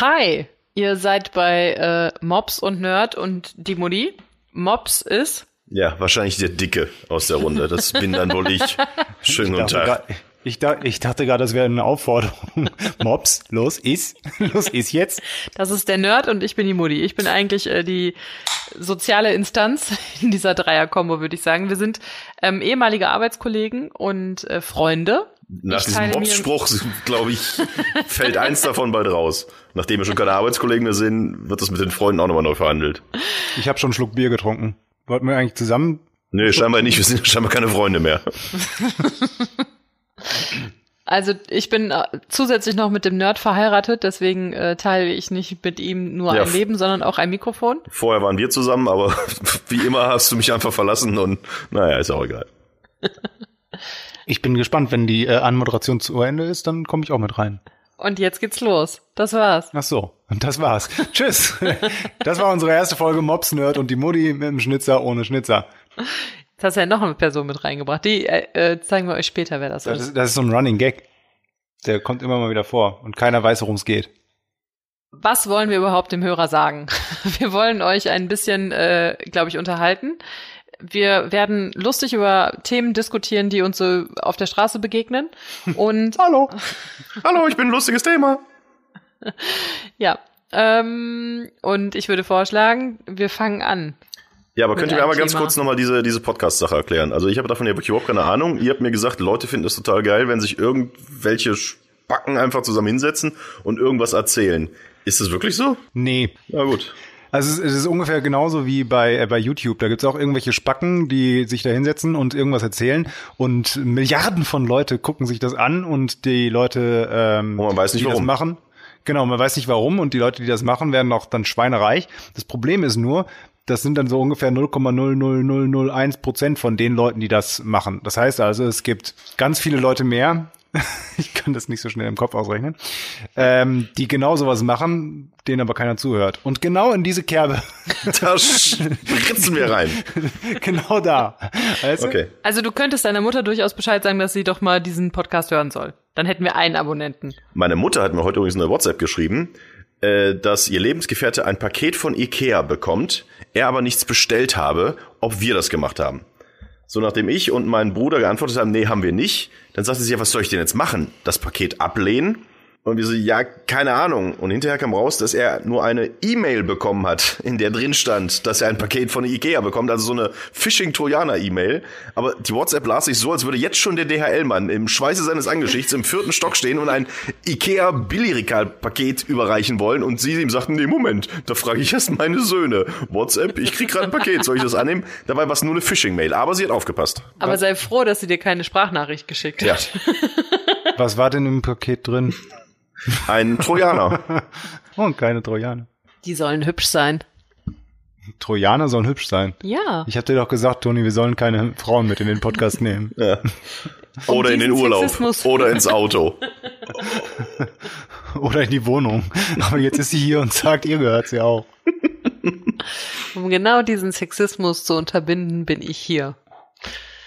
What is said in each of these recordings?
Hi, ihr seid bei äh, Mops und Nerd und die Mutti. Mops ist. Ja, wahrscheinlich der Dicke aus der Runde. Das bin dann wohl ich. Schönen Ich guten dachte Tag. grad- Ich, da, ich dachte gerade, das wäre eine Aufforderung. Mops, los ist, los ist jetzt. Das ist der Nerd und ich bin die Mutti. Ich bin eigentlich äh, die soziale Instanz in dieser Dreier-Kombo, würde ich sagen. Wir sind ähm, ehemalige Arbeitskollegen und äh, Freunde. Nach ich diesem teile mir- Mops-Spruch, glaube ich, fällt eins davon bald raus. Nachdem wir schon keine Arbeitskollegen mehr sind, wird das mit den Freunden auch nochmal neu verhandelt. Ich habe schon einen Schluck Bier getrunken. Wollten wir eigentlich zusammen? Nee, scheinbar nicht. Wir sind scheinbar keine Freunde mehr. Also ich bin äh, zusätzlich noch mit dem Nerd verheiratet, deswegen äh, teile ich nicht mit ihm nur Ja, ein f- Leben, sondern auch ein Mikrofon. Vorher waren wir zusammen, aber wie immer hast du mich einfach verlassen und naja, ist auch egal. Ich bin gespannt, wenn die äh, Anmoderation zu Ende ist, dann komme ich auch mit rein. Und jetzt geht's los. Das war's. Ach so, und das war's. Tschüss. Das war unsere erste Folge Mops Nerd und die Mutti mit dem Schnitzer ohne Schnitzer. Jetzt hast du ja noch eine Person mit reingebracht. Die äh, äh, zeigen wir euch später, wer das, Das ist. ist, das ist so ein Running Gag. Der kommt immer mal wieder vor und keiner weiß, worum es geht. Was wollen wir überhaupt dem Hörer sagen? Wir wollen euch ein bisschen, äh, glaube ich, unterhalten. Wir werden lustig über Themen diskutieren, die uns so auf der Straße begegnen. Und Hallo. Hallo, ich bin ein lustiges Thema. ja, ähm, und ich würde vorschlagen, wir fangen an. Ja, aber Mit könnt ihr einem mir einmal ganz Thema. kurz nochmal diese, diese Podcast-Sache erklären? Also ich habe davon ja wirklich überhaupt keine Ahnung. Ihr habt mir gesagt, Leute finden es total geil, wenn sich irgendwelche Spacken einfach zusammen hinsetzen und irgendwas erzählen. Ist das wirklich so? Nee, Na gut. Also es, es ist ungefähr genauso wie bei, äh, bei YouTube. Da gibt's auch irgendwelche Spacken, die sich da hinsetzen und irgendwas erzählen. Und Milliarden von Leute gucken sich das an und die Leute, ähm, Und Oh, man weiß nicht, die warum. das machen. Genau, man weiß nicht warum und die Leute, die das machen, werden auch dann schweinereich. Das Problem ist nur, das sind dann so ungefähr 0,00001 Prozent von den Leuten, die das machen. Das heißt also, es gibt ganz viele Leute mehr. Ich kann das nicht so schnell im Kopf ausrechnen ähm, die genau sowas machen, denen aber keiner zuhört. Und genau in diese Kerbe, Da spritzen wir rein. genau da. Weißt du? Okay. Also du könntest deiner Mutter durchaus Bescheid sagen, dass sie doch mal diesen Podcast hören soll. Dann hätten wir einen Abonnenten. Meine Mutter hat mir heute übrigens eine WhatsApp geschrieben, äh, dass ihr Lebensgefährte ein Paket von Ikea bekommt, er aber nichts bestellt habe, ob wir das gemacht haben. So, nachdem ich und mein Bruder geantwortet haben, nee, haben wir nicht, dann sagte sie, ja, was soll ich denn jetzt machen? Das Paket ablehnen? Und wir so, ja, keine Ahnung. Und hinterher kam raus, dass er nur eine E-Mail bekommen hat, in der drin stand, dass er ein Paket von Ikea bekommt, also so eine Phishing-Trojaner-E-Mail. Aber die WhatsApp las sich so, als würde jetzt schon der DHL-Mann im Schweiße seines Angesichts im vierten Stock stehen und ein Ikea-Billigregal-Paket überreichen wollen. Und sie ihm sagten, nee, Moment, da frage ich erst meine Söhne. WhatsApp, ich krieg gerade ein Paket, soll ich das annehmen? Dabei war es nur eine Phishing-Mail, aber sie hat aufgepasst. Aber sei froh, dass sie dir keine Sprachnachricht geschickt Ja, hat. Was war denn im Paket drin? Oh, ein Trojaner. Und keine Trojaner. Die sollen hübsch sein. Trojaner sollen hübsch sein. Ja. Ich hab dir doch gesagt, Toni, wir sollen keine Frauen mit in den Podcast nehmen. Oder in den Um diesen Urlaub. Sexismus. Oder ins Auto. Oder in die Wohnung. Aber jetzt ist sie hier und sagt, ihr gehört sie auch. Um genau diesen Sexismus zu unterbinden, bin ich hier.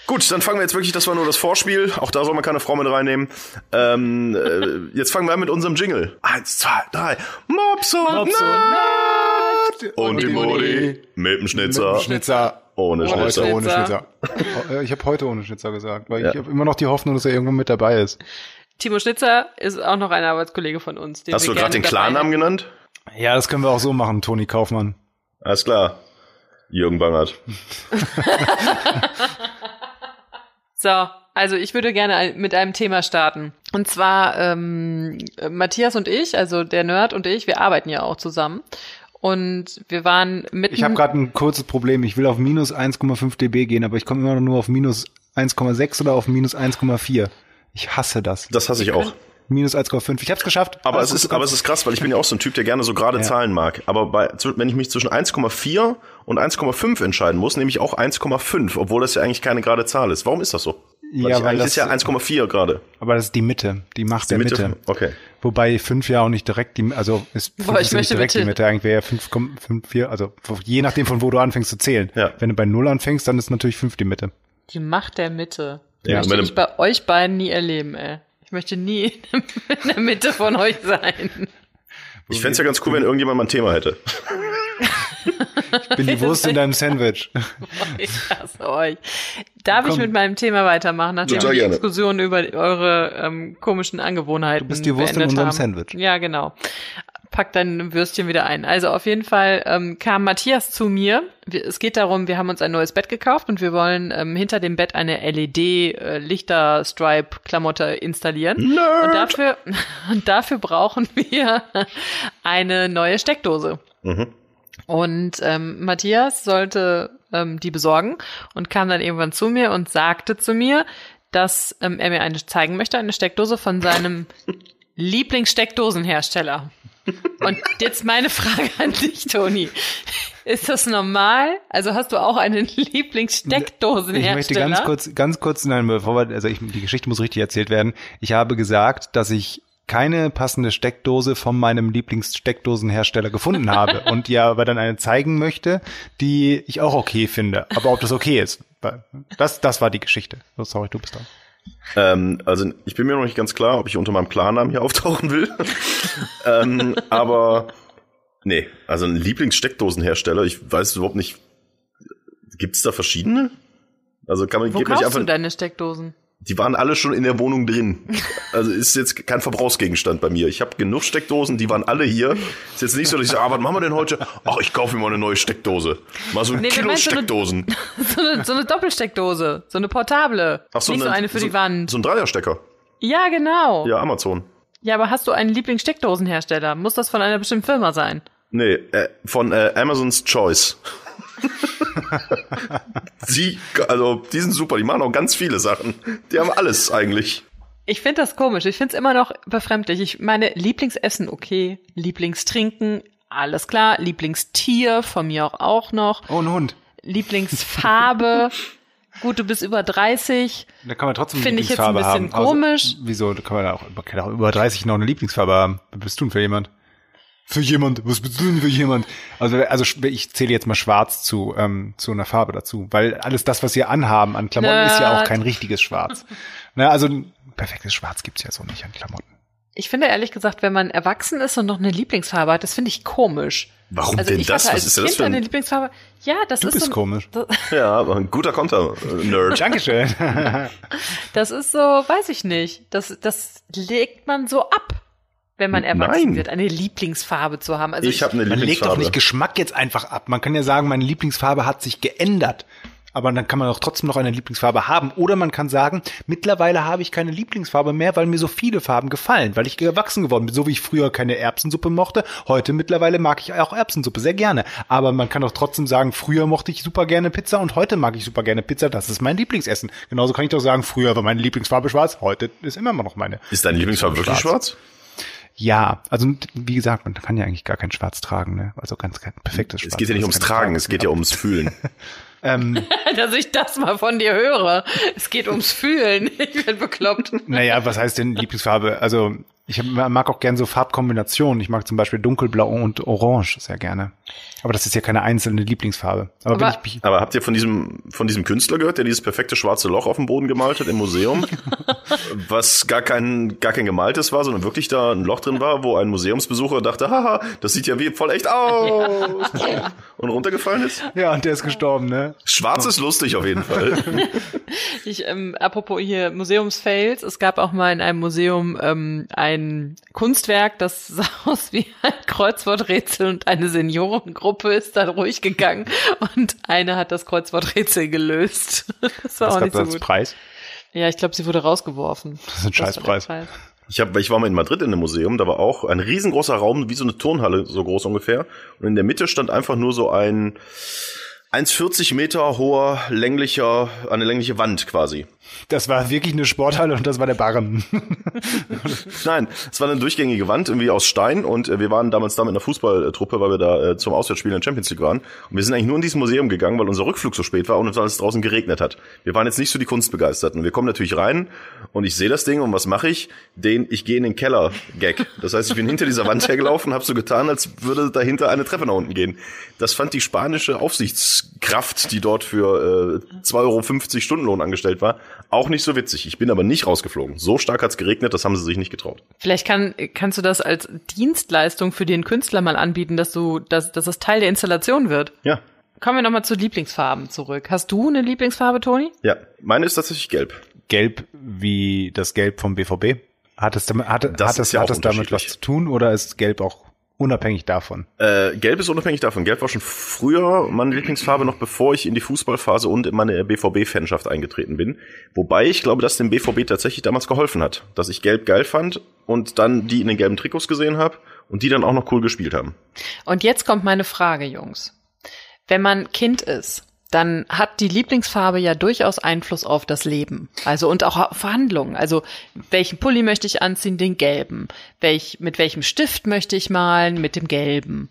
Gut, dann fangen wir jetzt wirklich, das war nur das Vorspiel. Auch da soll man keine Frau mit reinnehmen. Ähm, äh, jetzt fangen wir an mit unserem Jingle. Eins, zwei, drei. Mops und, Mops und Nerd. Und die die Modi. Modi. Mit dem Mit Schnitzer. Oh, dem Schnitzer. Ohne Ohne Schnitzer. Heute ohne Schnitzer. Schnitzer. Oh, äh, Ich habe heute ohne Schnitzer gesagt, weil ich Ja. habe immer noch die Hoffnung, dass er irgendwo mit dabei ist. Timo Schnitzer ist auch noch ein Arbeitskollege von uns. Den Hast wir du gerade gerne den dabei Klarnamen genannt? Ja, das können wir auch so machen, Toni Kaufmann. Alles klar. Jürgen Bangert. So, also ich würde gerne ein- mit einem Thema starten. Und zwar ähm, Matthias und ich, also der Nerd und ich, wir arbeiten ja auch zusammen. Und wir waren mitten. Ich habe gerade ein kurzes Problem. Ich will auf minus 1,5 dB gehen, aber ich komme immer nur auf minus 1,6 oder auf minus 1,4. Ich hasse das. Das hasse ich auch. Minus 1,5. Ich habe es geschafft. Aber Alles es, gut ist, gekommen. aber es ist krass, weil ich bin ja auch so ein Typ, der gerne so gerade Ja. Zahlen mag. Aber bei, zw- wenn ich mich zwischen 1,4 und 1,5 entscheiden muss, nehme ich auch 1,5, obwohl das ja eigentlich keine gerade Zahl ist. Warum ist das so? Ja, ich- weil eigentlich das- ist ja 1,4 gerade. aber das ist die Mitte, die Macht der Mitte. Okay. Wobei 5 ja auch nicht direkt die, also ist, Boah, fünf ich ist ja nicht möchte direkt bitte- die Mitte. Eigentlich wäre ja 5,54, also je nachdem von wo du anfängst zu zählen. Ja. Wenn du bei 0 anfängst, dann ist natürlich 5 die Mitte. die Macht der Mitte. Ja, möchte meine- ich bei euch beiden nie erleben, ey. Ich möchte nie in der Mitte von euch sein. Ich fände es ja ganz cool, wenn irgendjemand mal ein Thema hätte. Ich bin die Wurst in deinem Sandwich. Ich hasse euch. Darf ich mit meinem Thema weitermachen, nachdem Total wir die gerne. Diskussion über eure ähm, komischen Angewohnheiten Du bist die Wurst in beendet unserem haben? Sandwich. Ja, genau. Pack dein Würstchen wieder ein. Also auf jeden Fall ähm, kam Matthias zu mir. Wir, es geht darum, wir haben uns ein neues Bett gekauft und wir wollen ähm, hinter dem Bett eine E LED-Lichter-Stripe-Klamotte äh, installieren. Und Nerd! dafür, und dafür brauchen wir eine neue Steckdose. Mhm. Und ähm, Matthias sollte ähm, die besorgen und kam dann irgendwann zu mir und sagte zu mir, dass ähm, er mir eine zeigen möchte, eine Steckdose von seinem Lieblingssteckdosenhersteller. Und jetzt meine Frage an dich, Toni. Ist das normal? Also hast du auch einen Lieblingssteckdosenhersteller? Ich möchte ganz kurz, ganz kurz, nein, bevor wir, also ich, die Geschichte muss richtig erzählt werden. Ich habe gesagt, dass ich keine passende Steckdose von meinem Lieblingssteckdosenhersteller gefunden habe und ja, aber dann eine zeigen möchte, die ich auch okay finde. Aber ob das okay ist, das, das war die Geschichte. So, sorry, du bist dran. Ähm, also ich bin mir noch nicht ganz klar, ob ich unter meinem Klarnamen hier auftauchen will. ähm, aber nee, also ein Lieblingssteckdosenhersteller, ich weiß überhaupt nicht, gibt's da verschiedene? Also kann man Wo geht man nicht kaufst einfach, du deine Steckdosen? die waren alle schon in der Wohnung drin. Also ist jetzt kein Verbrauchsgegenstand bei mir. Ich habe genug Steckdosen, die waren alle hier. Ist jetzt nicht so, dass ich sage, ah, was machen wir denn heute? Ach, ich kaufe mir mal eine neue Steckdose. Mal so ein Nee, wir Kilo meinen so eine- Steckdosen. So eine, so eine Doppelsteckdose, so eine portable. Ach so, Nicht so eine für die Wand. So ein Dreierstecker. Ja, genau. Ja, Amazon. Ja, aber hast du einen Lieblingssteckdosenhersteller? Muss das von einer bestimmten Firma sein? Nee, äh, von äh, Amazon's Choice. Sie, also, die sind super, die machen auch ganz viele Sachen. Die haben alles eigentlich. Ich finde das komisch. Ich finde es immer noch befremdlich. Ich meine, Lieblingsessen, okay. Lieblingstrinken, alles klar. Lieblingstier, von mir auch, auch noch. Oh, ein Hund. Lieblingsfarbe. Gut, du bist über 30. Da kann man trotzdem eine Finde ich jetzt ein Lieblingsfarbe haben. bisschen komisch. Also, wieso? Da kann man auch, man kann auch über 30 noch eine Lieblingsfarbe haben. Was bist du denn für jemand? Für jemand? Was bist du denn für jemand? Also, also sch- ich zähle jetzt mal schwarz zu, ähm, zu einer Farbe dazu, weil alles das, was wir anhaben an Klamotten, ist ja auch Nerd. kein richtiges Schwarz. Na, also ein perfektes Schwarz gibt's ja so nicht an Klamotten. Ich finde ehrlich gesagt, wenn man erwachsen ist und noch eine Lieblingsfarbe hat, das finde ich komisch. Warum Also denn ich das? hatte Was als ist denn Kind das für ein- eine Lieblingsfarbe. Ja, das Du ist bist so, komisch. Das, Ja, aber ein guter Konter, äh, Nerd. Dankeschön. Das ist so, weiß ich nicht. Das, das legt man so ab, wenn man erwachsen Nein. wird, eine Lieblingsfarbe zu haben. Also Ich habe eine Man legt doch Lieblingsfarbe. nicht Geschmack jetzt einfach ab. Man kann ja sagen, meine Lieblingsfarbe hat sich geändert. Aber dann kann man doch trotzdem noch eine Lieblingsfarbe haben. Oder man kann sagen, mittlerweile habe ich keine Lieblingsfarbe mehr, weil mir so viele Farben gefallen, weil ich erwachsen geworden bin. So wie ich früher keine Erbsensuppe mochte, heute mittlerweile mag ich auch Erbsensuppe sehr gerne. Aber man kann doch trotzdem sagen, früher mochte ich super gerne Pizza und heute mag ich super gerne Pizza. Das ist mein Lieblingsessen. Genauso kann ich doch sagen, früher war meine Lieblingsfarbe schwarz, heute ist immer noch meine. ist deine Lieblingsfarbe wirklich schwarz? Ja, also wie gesagt, man kann ja eigentlich gar kein Schwarz tragen, ne? Also ganz kein perfektes Schwarz. Also Es geht ja nicht ums Tragen, es geht ja ums Fühlen. dass ich das mal von dir höre. Es geht ums Fühlen. Ich bin bekloppt. um- Naja, was heißt denn Lieblingsfarbe? Also ich hab- mag auch gerne so Farbkombinationen. Ich mag zum Beispiel dunkelblau und orange sehr gerne. Aber das ist ja keine einzelne Lieblingsfarbe. Aber, wenn Aber- ich mich, Aber habt ihr von diesem, von diesem Künstler gehört, der dieses perfekte schwarze Loch auf dem Boden gemalt hat im Museum? was gar kein, gar kein gemaltes war, sondern wirklich da ein Loch drin war, wo ein Museumsbesucher dachte, haha, das sieht ja wie voll echt aus. Und runtergefallen ist? ja, und der ist gestorben, ne? Schwarz ist lustig auf jeden Fall. Ich, ähm, apropos hier Museumsfails, es gab auch mal in einem Museum ähm, ein Kunstwerk, das sah aus wie ein Kreuzworträtsel und eine Seniorengruppe ist da ruhig gegangen und eine hat das Kreuzworträtsel gelöst. Das war Was auch gab nicht so das gut. Preis? Ja, ich glaube, sie wurde rausgeworfen. Das ist ein war der Scheißpreis. Preis. Ich, hab, ich war mal in Madrid in einem Museum, da war auch ein riesengroßer Raum, wie so eine Turnhalle, so groß ungefähr. Und in der Mitte stand einfach nur so ein 1,40 Meter hoher, länglicher, eine längliche Wand quasi. Das war wirklich eine Sporthalle und das war der Barren. Nein, es war eine durchgängige Wand, irgendwie aus Stein und äh, wir waren damals da mit einer Fußballtruppe, weil wir da äh, zum Auswärtsspiel in der Champions League waren und wir sind eigentlich nur in dieses Museum gegangen, weil unser Rückflug so spät war und uns alles draußen geregnet hat. Wir waren jetzt nicht so die Kunstbegeisterten und wir kommen natürlich rein und ich sehe das Ding und was mache ich? Den, ich gehe in den Keller Gag. Das heißt, ich bin hinter dieser Wand hergelaufen, habe so getan, als würde dahinter eine Treppe nach unten gehen. Das fand die spanische Aufsichts Verwaltungskraft, die dort für äh, 2,50 Euro Stundenlohn angestellt war, auch nicht so witzig. Ich bin aber nicht rausgeflogen. So stark hat's geregnet, das haben sie sich nicht getraut. Vielleicht kann, kannst du das als Dienstleistung für den Künstler mal anbieten, dass du, dass, dass das Teil der Installation wird. Ja, Kommen wir nochmal zu Lieblingsfarben zurück. Hast du eine Lieblingsfarbe, Toni? ja. Meine ist tatsächlich gelb. Gelb wie das Gelb vom BVB. Hat es damit, hat, Das hat ist es, ja hat auch es damit was unterschiedlich. zu tun oder ist Gelb auch unabhängig davon? Äh, gelb ist unabhängig davon. Gelb war schon früher meine Lieblingsfarbe, noch bevor ich in die Fußballphase und in meine BVB-Fanschaft eingetreten bin. Wobei ich glaube, dass dem BVB tatsächlich damals geholfen hat, dass ich gelb geil fand und dann die in den gelben Trikots gesehen habe und die dann auch noch cool gespielt haben. Und jetzt kommt meine Frage, Jungs. Wenn man Kind ist, dann hat die Lieblingsfarbe ja durchaus Einfluss auf das Leben. Also und auch auf Handlungen. Also welchen Pulli möchte ich anziehen? Den gelben. Welch, mit welchem Stift möchte ich malen? Mit dem gelben.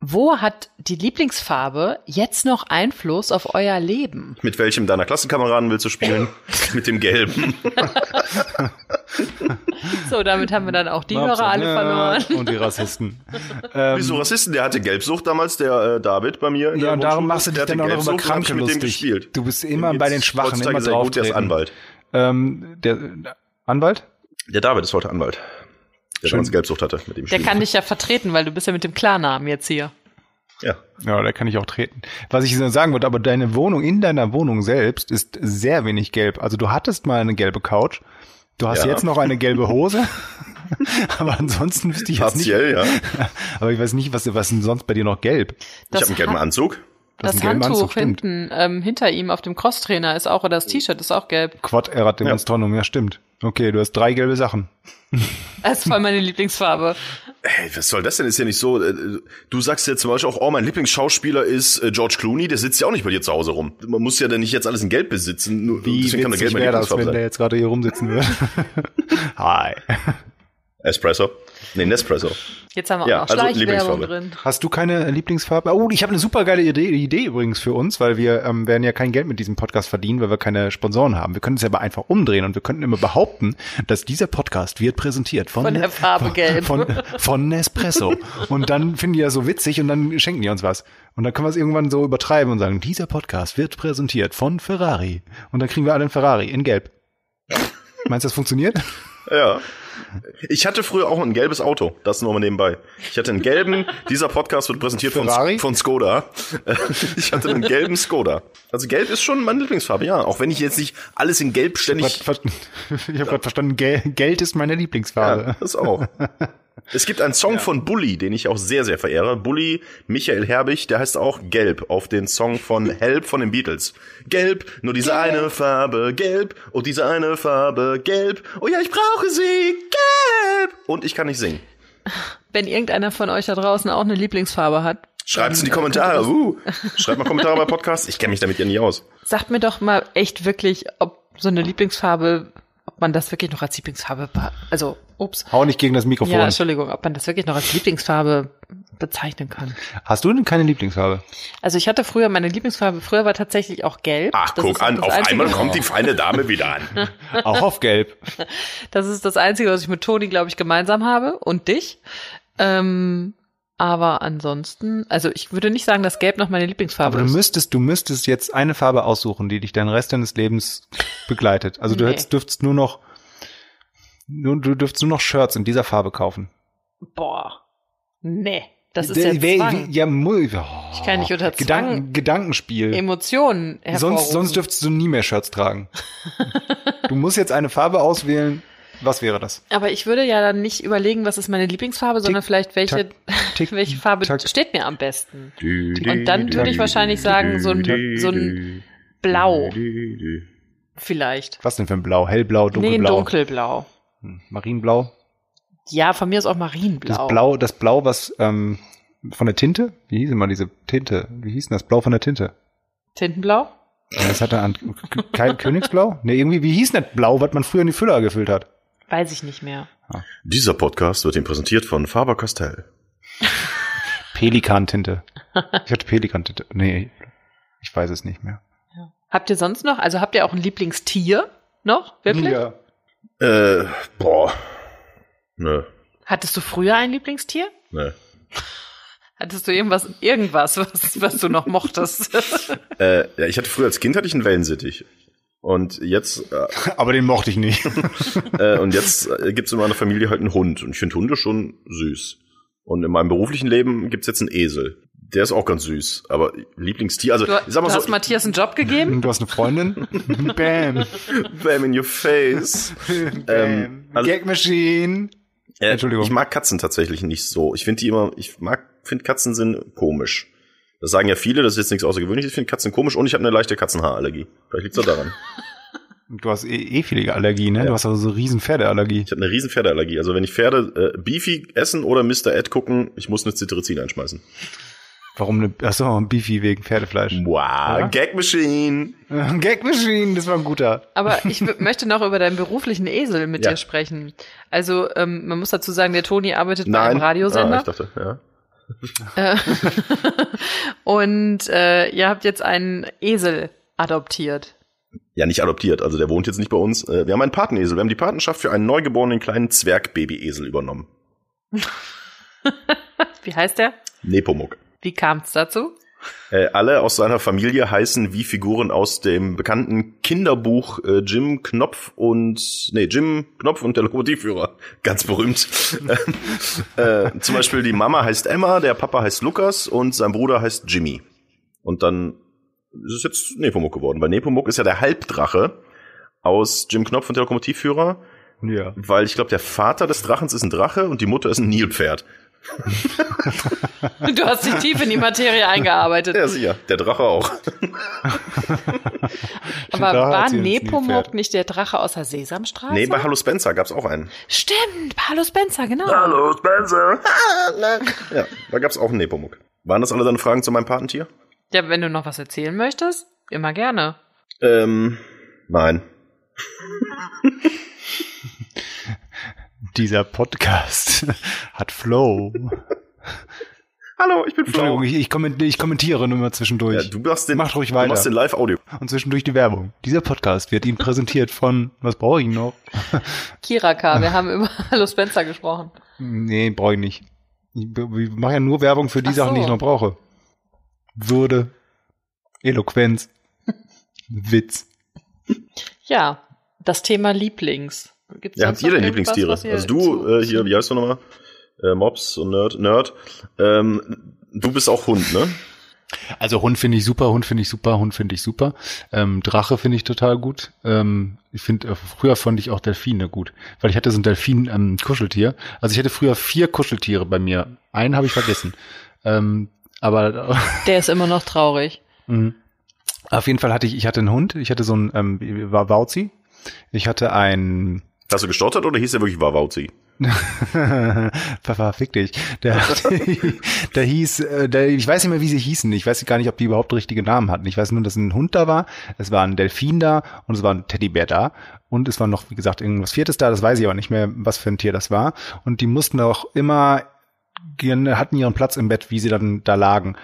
Wo hat die Lieblingsfarbe jetzt noch Einfluss auf euer Leben? Mit welchem deiner Klassenkameraden willst du spielen? Mit dem gelben. Ähm, So, damit haben wir dann auch die Hab's Hörer alle erklärt. verloren. Und die Rassisten. ähm, Wieso Rassisten? Der hatte Gelbsucht damals, der äh, David bei mir. in Ja, der und Grundschule. darum machst du Der dich dann hatte auch noch über Gelbsucht und hab Kranke ich mit dem lustig. gespielt. Du bist immer Dem bei den geht's Schwachen, heutzutage immer sehr gut, Der ist drauftreten. Anwalt. ähm, der, der Anwalt? Der David ist heute Anwalt. Der Schön. damals Gelbsucht hatte mit dem Der Spiel. kann dich ja vertreten, weil du bist ja mit dem Klarnamen jetzt hier. Ja. Ja, da kann ich auch treten. Was ich nur sagen wollte, aber deine Wohnung, in deiner Wohnung selbst ist sehr wenig gelb. Also du hattest mal eine gelbe Couch. Du hast Ja. jetzt noch eine gelbe Hose. aber ansonsten wüsste ich jetzt nicht. Partiell, ja. Aber ich weiß nicht, was, was ist denn sonst bei dir noch gelb? Ich Das habe einen gelben hat- Anzug. Das Das, ist ein gelber Handtuch Anzug, stimmt. hinten ähm, hinter ihm auf dem Crosstrainer ist auch, oder das T-Shirt ist auch gelb. Quad erat dem Ja. Astronum, ja stimmt. Okay, du hast drei gelbe Sachen. Das ist voll meine Lieblingsfarbe. Hey, was soll das denn? Ist ja nicht so. äh, Du sagst ja zum Beispiel auch, oh, mein Lieblingsschauspieler ist äh, George Clooney. Der sitzt ja auch nicht bei dir zu Hause rum. Man muss ja dann nicht jetzt alles in Gelb besitzen. Nur, Wie deswegen kann der Gelb witzig mein wäre das, Lieblingsfarbe wenn der sein. jetzt gerade hier rumsitzen würde? Hi. Espresso? Nee, Nespresso. Jetzt haben wir Ja, auch noch also Schleichwerbung Lieblingsfarbe. drin. Hast du keine Lieblingsfarbe? Oh, ich habe eine super geile Idee, Idee übrigens für uns, weil wir ähm, werden ja kein Geld mit diesem Podcast verdienen, weil wir keine Sponsoren haben. Wir können es ja aber einfach umdrehen und wir könnten immer behaupten, dass dieser Podcast wird präsentiert von, Von der Farbe Gelb. Von, von Nespresso. Und dann finden die das so witzig und dann schenken die uns was. Und dann können wir es irgendwann so übertreiben und sagen, dieser Podcast wird präsentiert von Ferrari. Und dann kriegen wir alle einen Ferrari in Gelb. Meinst du, das funktioniert? Ja. Ich hatte früher auch ein gelbes Auto. Das nur mal nebenbei. Ich hatte einen gelben. Dieser Podcast wird präsentiert von, Ferrari? von Skoda. Ich hatte einen gelben Skoda. Also Gelb ist schon meine Lieblingsfarbe, ja. Auch wenn ich jetzt nicht alles in Gelb ständig Ich habe gerade verstanden, Gel Geld ist meine Lieblingsfarbe. Ja, das auch. Es gibt einen Song von Bully, den ich auch sehr, sehr verehre. Bully, Michael Herbig, der heißt auch Gelb auf den Song von Help von den Beatles. Gelb, nur diese eine Farbe, gelb, oh diese eine Farbe, gelb, oh ja, ich brauche sie, gelb. Und ich kann nicht singen. Wenn irgendeiner von euch da draußen auch eine Lieblingsfarbe hat, Schreibt's in Ähm, die Kommentare. Uh, schreibt mal Kommentare bei Podcasts. Ich kenne mich damit ja nicht aus. sagt mir doch mal echt wirklich, ob so eine Lieblingsfarbe, ob man das wirklich noch als Lieblingsfarbe, be- also, ups. Hau nicht gegen das Mikrofon. Ja, Entschuldigung, ob man das wirklich noch als Lieblingsfarbe bezeichnen kann. Hast du denn keine Lieblingsfarbe? Also ich hatte früher meine Lieblingsfarbe, früher war tatsächlich auch gelb. Ach, Das Ah, guck ist auch an, das auf Einzige, einmal kommt die feine Dame wieder an. Auch auf Gelb. Das ist das Einzige, was ich mit Toni, glaube ich, gemeinsam habe und dich. Ähm, aber ansonsten, also ich würde nicht sagen, dass Gelb noch meine Lieblingsfarbe Aber du ist. müsstest, du müsstest jetzt eine Farbe aussuchen, die dich den Rest deines Lebens begleitet. Also du Nee. hättest, dürftest nur noch, nur, du dürftest nur noch Shirts in dieser Farbe kaufen. Boah. Nee, das ist Der- ja wer- Zwang. ja, mu- oh. Ich kann nicht unter Zwang- Gedanken, Gedankenspiel. Emotionen Sonst, hervorrufen. sonst dürftest du nie mehr Shirts tragen. du musst jetzt eine Farbe auswählen. Was wäre das? Aber ich würde ja dann nicht überlegen, was ist meine Lieblingsfarbe, sondern vielleicht welche, tack, tick, welche Farbe tack. steht mir am besten. Und dann würde ich wahrscheinlich sagen, so ein, so ein Blau vielleicht. Was denn für ein Blau? Hellblau, Nee, ein dunkelblau? dunkelblau. Hm, Marienblau? Ja, von mir ist auch Das Marienblau. Blau, das Blau, was ähm, von der Tinte? Wie hieß immer diese Tinte? Wie hieß denn das Blau von der Tinte? Tintenblau? Das hatte an K- kein Königsblau? Ne, irgendwie, wie hieß denn das Blau, was man früher in die Füller gefüllt hat? Weiß ich nicht mehr. Dieser Podcast wird ihm präsentiert von Faber Castell. Pelikantinte. Ich hatte Pelikantinte. Nee, ich weiß es nicht mehr. Habt ihr sonst noch? Also habt ihr auch ein Lieblingstier noch? Wirklich? Ja. Äh, boah. Nö, Ne, Hattest du früher ein Lieblingstier? nö. Hattest du irgendwas, irgendwas, was, was du noch mochtest? Äh, ja, ich hatte früher als Kind hatte ich einen Wellensittich. Und jetzt, äh, Aber den mochte ich nicht. äh, und jetzt äh, gibt's in meiner Familie halt einen Hund. Und ich finde Hunde schon süß. Und in meinem beruflichen Leben gibt's jetzt einen Esel. Der ist auch ganz süß. Aber Lieblingstier, also Du, ich sag mal du so, hast Matthias einen Job gegeben? Du hast eine Freundin? Bam. bam in your face. Ähm, Bam. also- Gag Machine. Äh, Entschuldigung. Ich mag Katzen tatsächlich nicht so. Ich finde die immer, ich mag, finde Katzen sind komisch. Das sagen ja viele, das ist jetzt nichts Außergewöhnliches. Ich finde Katzen komisch und ich habe eine leichte Katzenhaarallergie. Vielleicht liegt's auch daran. Du hast eh, eh viele Allergie, ne? Ja. Du hast also so riesen Pferdeallergie. Ich habe eine riesen Pferdeallergie. Also wenn ich Pferde äh, Beefy essen oder Mr. Ed gucken, ich muss eine Cetirizin einschmeißen. Warum eine, achso, ein Beefy wegen Pferdefleisch. Wow, Gag Machine. Gag Machine, das war ein guter. Aber ich w- möchte noch über deinen beruflichen Esel mit Ja. dir sprechen. Also, ähm, man muss dazu sagen, der Toni arbeitet bei Nein. einem Radiosender. Ah, ich dachte, ja. Äh, und äh, ihr habt jetzt einen Esel adoptiert. Ja, nicht adoptiert. Also der wohnt jetzt nicht bei uns. Äh, Wir haben einen Patenesel. Wir haben die Patenschaft für einen neugeborenen kleinen Zwergbabyesel übernommen. Wie heißt der? Nepomuk. Wie kam's dazu? Äh, alle aus seiner Familie heißen wie Figuren aus dem bekannten Kinderbuch äh, Jim Knopf und nee Jim Knopf und der Lokomotivführer, ganz berühmt. äh, zum Beispiel die Mama heißt Emma, der Papa heißt Lukas und sein Bruder heißt Jimmy. Und dann ist es jetzt Nepomuk geworden, weil Nepomuk ist ja der Halbdrache aus Jim Knopf und der Lokomotivführer, Ja. weil ich glaube der Vater des Drachens ist ein Drache und die Mutter ist ein Nilpferd. Du hast dich tief in die Materie eingearbeitet. Ja sicher, der Drache auch. Aber da hat war sie uns nie Nepomuk gefährdet. nicht der Drache aus der Sesamstraße? Nee, bei Hallo Spencer gab's auch einen. Stimmt, bei Hallo Spencer, genau. Hallo, Spencer. ja, da gab's auch einen Nepomuk. Waren das alle deine Fragen zu meinem Patentier? Ja, wenn du noch was erzählen möchtest, immer gerne. Ähm, nein. Dieser Podcast hat Flow. Hallo, ich bin Entschuldigung, ich, ich, komment, ich kommentiere nur mal Ja, zwischendurch. du machst den, Mach ruhig du weiter. machst den Live-Audio. Und zwischendurch die Werbung. Dieser Podcast wird Ihnen präsentiert von, was brauche ich noch? Kiraka, wir haben über Hallo Spencer gesprochen. Nee, brauche ich nicht. Ich, b- ich mache ja nur Werbung für die Ach Sachen, die so. ich noch brauche. Würde, Eloquenz, Witz. Ja, das Thema Lieblings. Gibt's Ja, sonst habt ihr noch denn irgendwas, Lieblingstiere? was ihr Also du, zu- äh, hier, wie heißt du nochmal? Äh, Mobs und Nerd, Nerd. Ähm, du bist auch Hund, ne? Also Hund finde ich super, Hund finde ich super, Hund finde ich super. Ähm, Drache finde ich total gut. Ähm, ich finde, äh, früher fand ich auch Delfine gut, weil ich hatte so ein Delfin-Kuscheltier. also ich hatte früher vier Kuscheltiere bei mir. Einen habe ich vergessen. Ähm, aber Der ist immer noch traurig. Mhm. Auf jeden Fall hatte ich, ich hatte einen Hund, ich hatte so einen ähm, war Wauzi, ich hatte einen Hast du gestottert oder hieß der wirklich Wawauzi? Papa, fick dich. Der, der hieß, äh, der, ich weiß nicht mehr, wie sie hießen. Ich weiß gar nicht, ob die überhaupt richtige Namen hatten. Ich weiß nur, dass ein Hund da war, es war ein Delfin da und es war ein Teddybär da. Und es war noch, wie gesagt, irgendwas Viertes da. Das weiß ich aber nicht mehr, was für ein Tier das war. Und die mussten auch immer, gerne- hatten ihren Platz im Bett, wie sie dann da lagen.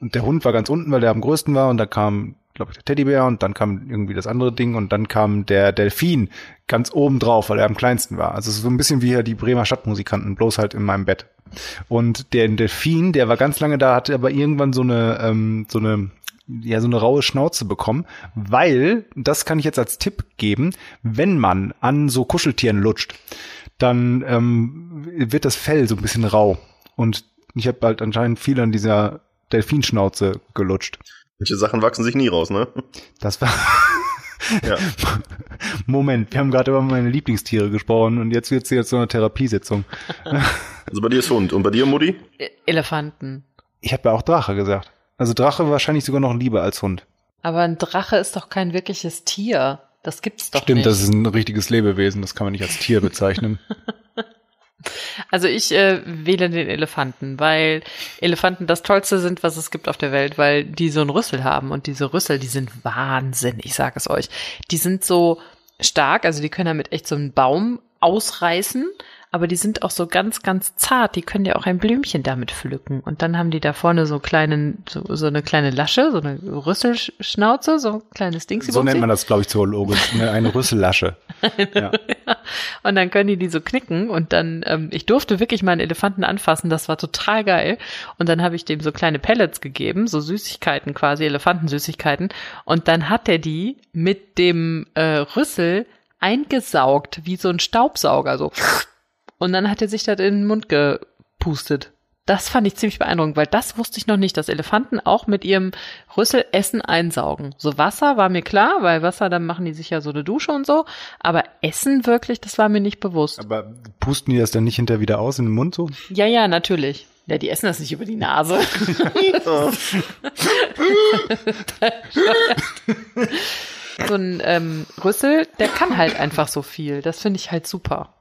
Und der Hund war ganz unten, weil der am größten war. Und da kam, glaube ich, der Teddybär und dann kam irgendwie das andere Ding und dann kam der Delfin ganz oben drauf, weil er am kleinsten war. Also so ein bisschen wie hier die Bremer Stadtmusikanten, bloß halt in meinem Bett. Und der Delfin, der war ganz lange da, hatte aber irgendwann so eine, ähm, so eine, ja, so eine raue Schnauze bekommen, weil, das kann ich jetzt als Tipp geben, wenn man an so Kuscheltieren lutscht, dann ähm, wird das Fell so ein bisschen rau. Und ich habe halt anscheinend viel an dieser Delfinschnauze gelutscht. Manche Sachen wachsen sich nie raus, ne? Das war. Ja. Moment, wir haben gerade über meine Lieblingstiere gesprochen und jetzt wird's hier zu einer Therapiesitzung. Also bei dir ist Hund. Und bei dir, Mutti? E- Elefanten. Ich habe ja auch Drache gesagt. Also Drache wahrscheinlich sogar noch lieber als Hund. Aber ein Drache ist doch kein wirkliches Tier. Das gibt's doch Stimmt, nicht. das ist ein richtiges Lebewesen, das kann man nicht als Tier bezeichnen. Also ich äh, wähle den Elefanten, weil Elefanten das Tollste sind, was es gibt auf der Welt, weil die so einen Rüssel haben und diese Rüssel, die sind Wahnsinn, ich sage es euch. Die sind so stark, also die können damit echt so einen Baum ausreißen, aber die sind auch so ganz, ganz zart. Die können ja auch ein Blümchen damit pflücken. Und dann haben die da vorne so kleinen, so, so eine kleine Lasche, so eine Rüsselschnauze, so ein kleines Ding. So nennt man das, glaube ich, zoologisch. Ne? Eine Rüssellasche. ja. Und dann können die die so knicken und dann, ähm, ich durfte wirklich mal einen Elefanten anfassen, das war total geil. Und dann habe ich dem so kleine Pellets gegeben, so Süßigkeiten quasi, Elefantensüßigkeiten. Und dann hat er die mit dem äh, Rüssel eingesaugt, wie so ein Staubsauger, so. Und dann hat er sich das in den Mund gepustet. Das fand ich ziemlich beeindruckend, weil das wusste ich noch nicht, dass Elefanten auch mit ihrem Rüssel Essen einsaugen. So Wasser war mir klar, weil Wasser, dann machen die sich ja so eine Dusche und so. Aber Essen wirklich, das war mir nicht bewusst. Aber pusten die das dann nicht hinter wieder aus in den Mund so? ja, ja, natürlich. Ja, die essen das nicht über die Nase. Ah. so ein ähm, Rüssel, der kann halt einfach so viel. Das finde ich halt super.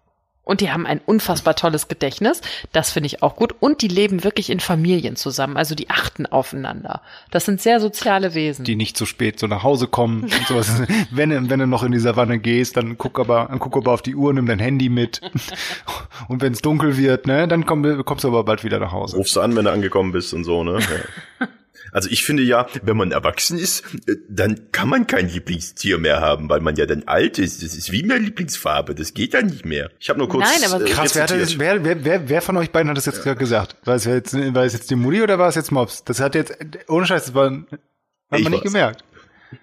Und die haben ein unfassbar tolles Gedächtnis. Das finde ich auch gut. Und die leben wirklich in Familien zusammen. Also die achten aufeinander. Das sind sehr soziale Wesen. Die nicht zu spät so nach Hause kommen und sowas. wenn, du- wenn du noch in die Savanne gehst, dann guck aber, dann guck aber auf die Uhr, nimm dein Handy mit. Und wenn es dunkel wird, ne, dann komm, kommst du aber bald wieder nach Hause. Rufst du an, wenn du angekommen bist und so, ne? Ja. Also ich finde ja, wenn man erwachsen ist, äh, dann kann man kein Lieblingstier mehr haben, weil man ja dann alt ist. Das ist wie meine Lieblingsfarbe, das geht ja nicht mehr. Ich habe nur kurz äh, Nein, aber- Krass, wer, hat das, rezitiert. wer, wer, wer, wer von euch beiden hat das jetzt gerade gesagt? War es jetzt, war es jetzt die Mutti oder war es jetzt Mops? Das hat jetzt, ohne Scheiß, das war, hat Ich man nicht war's. gemerkt.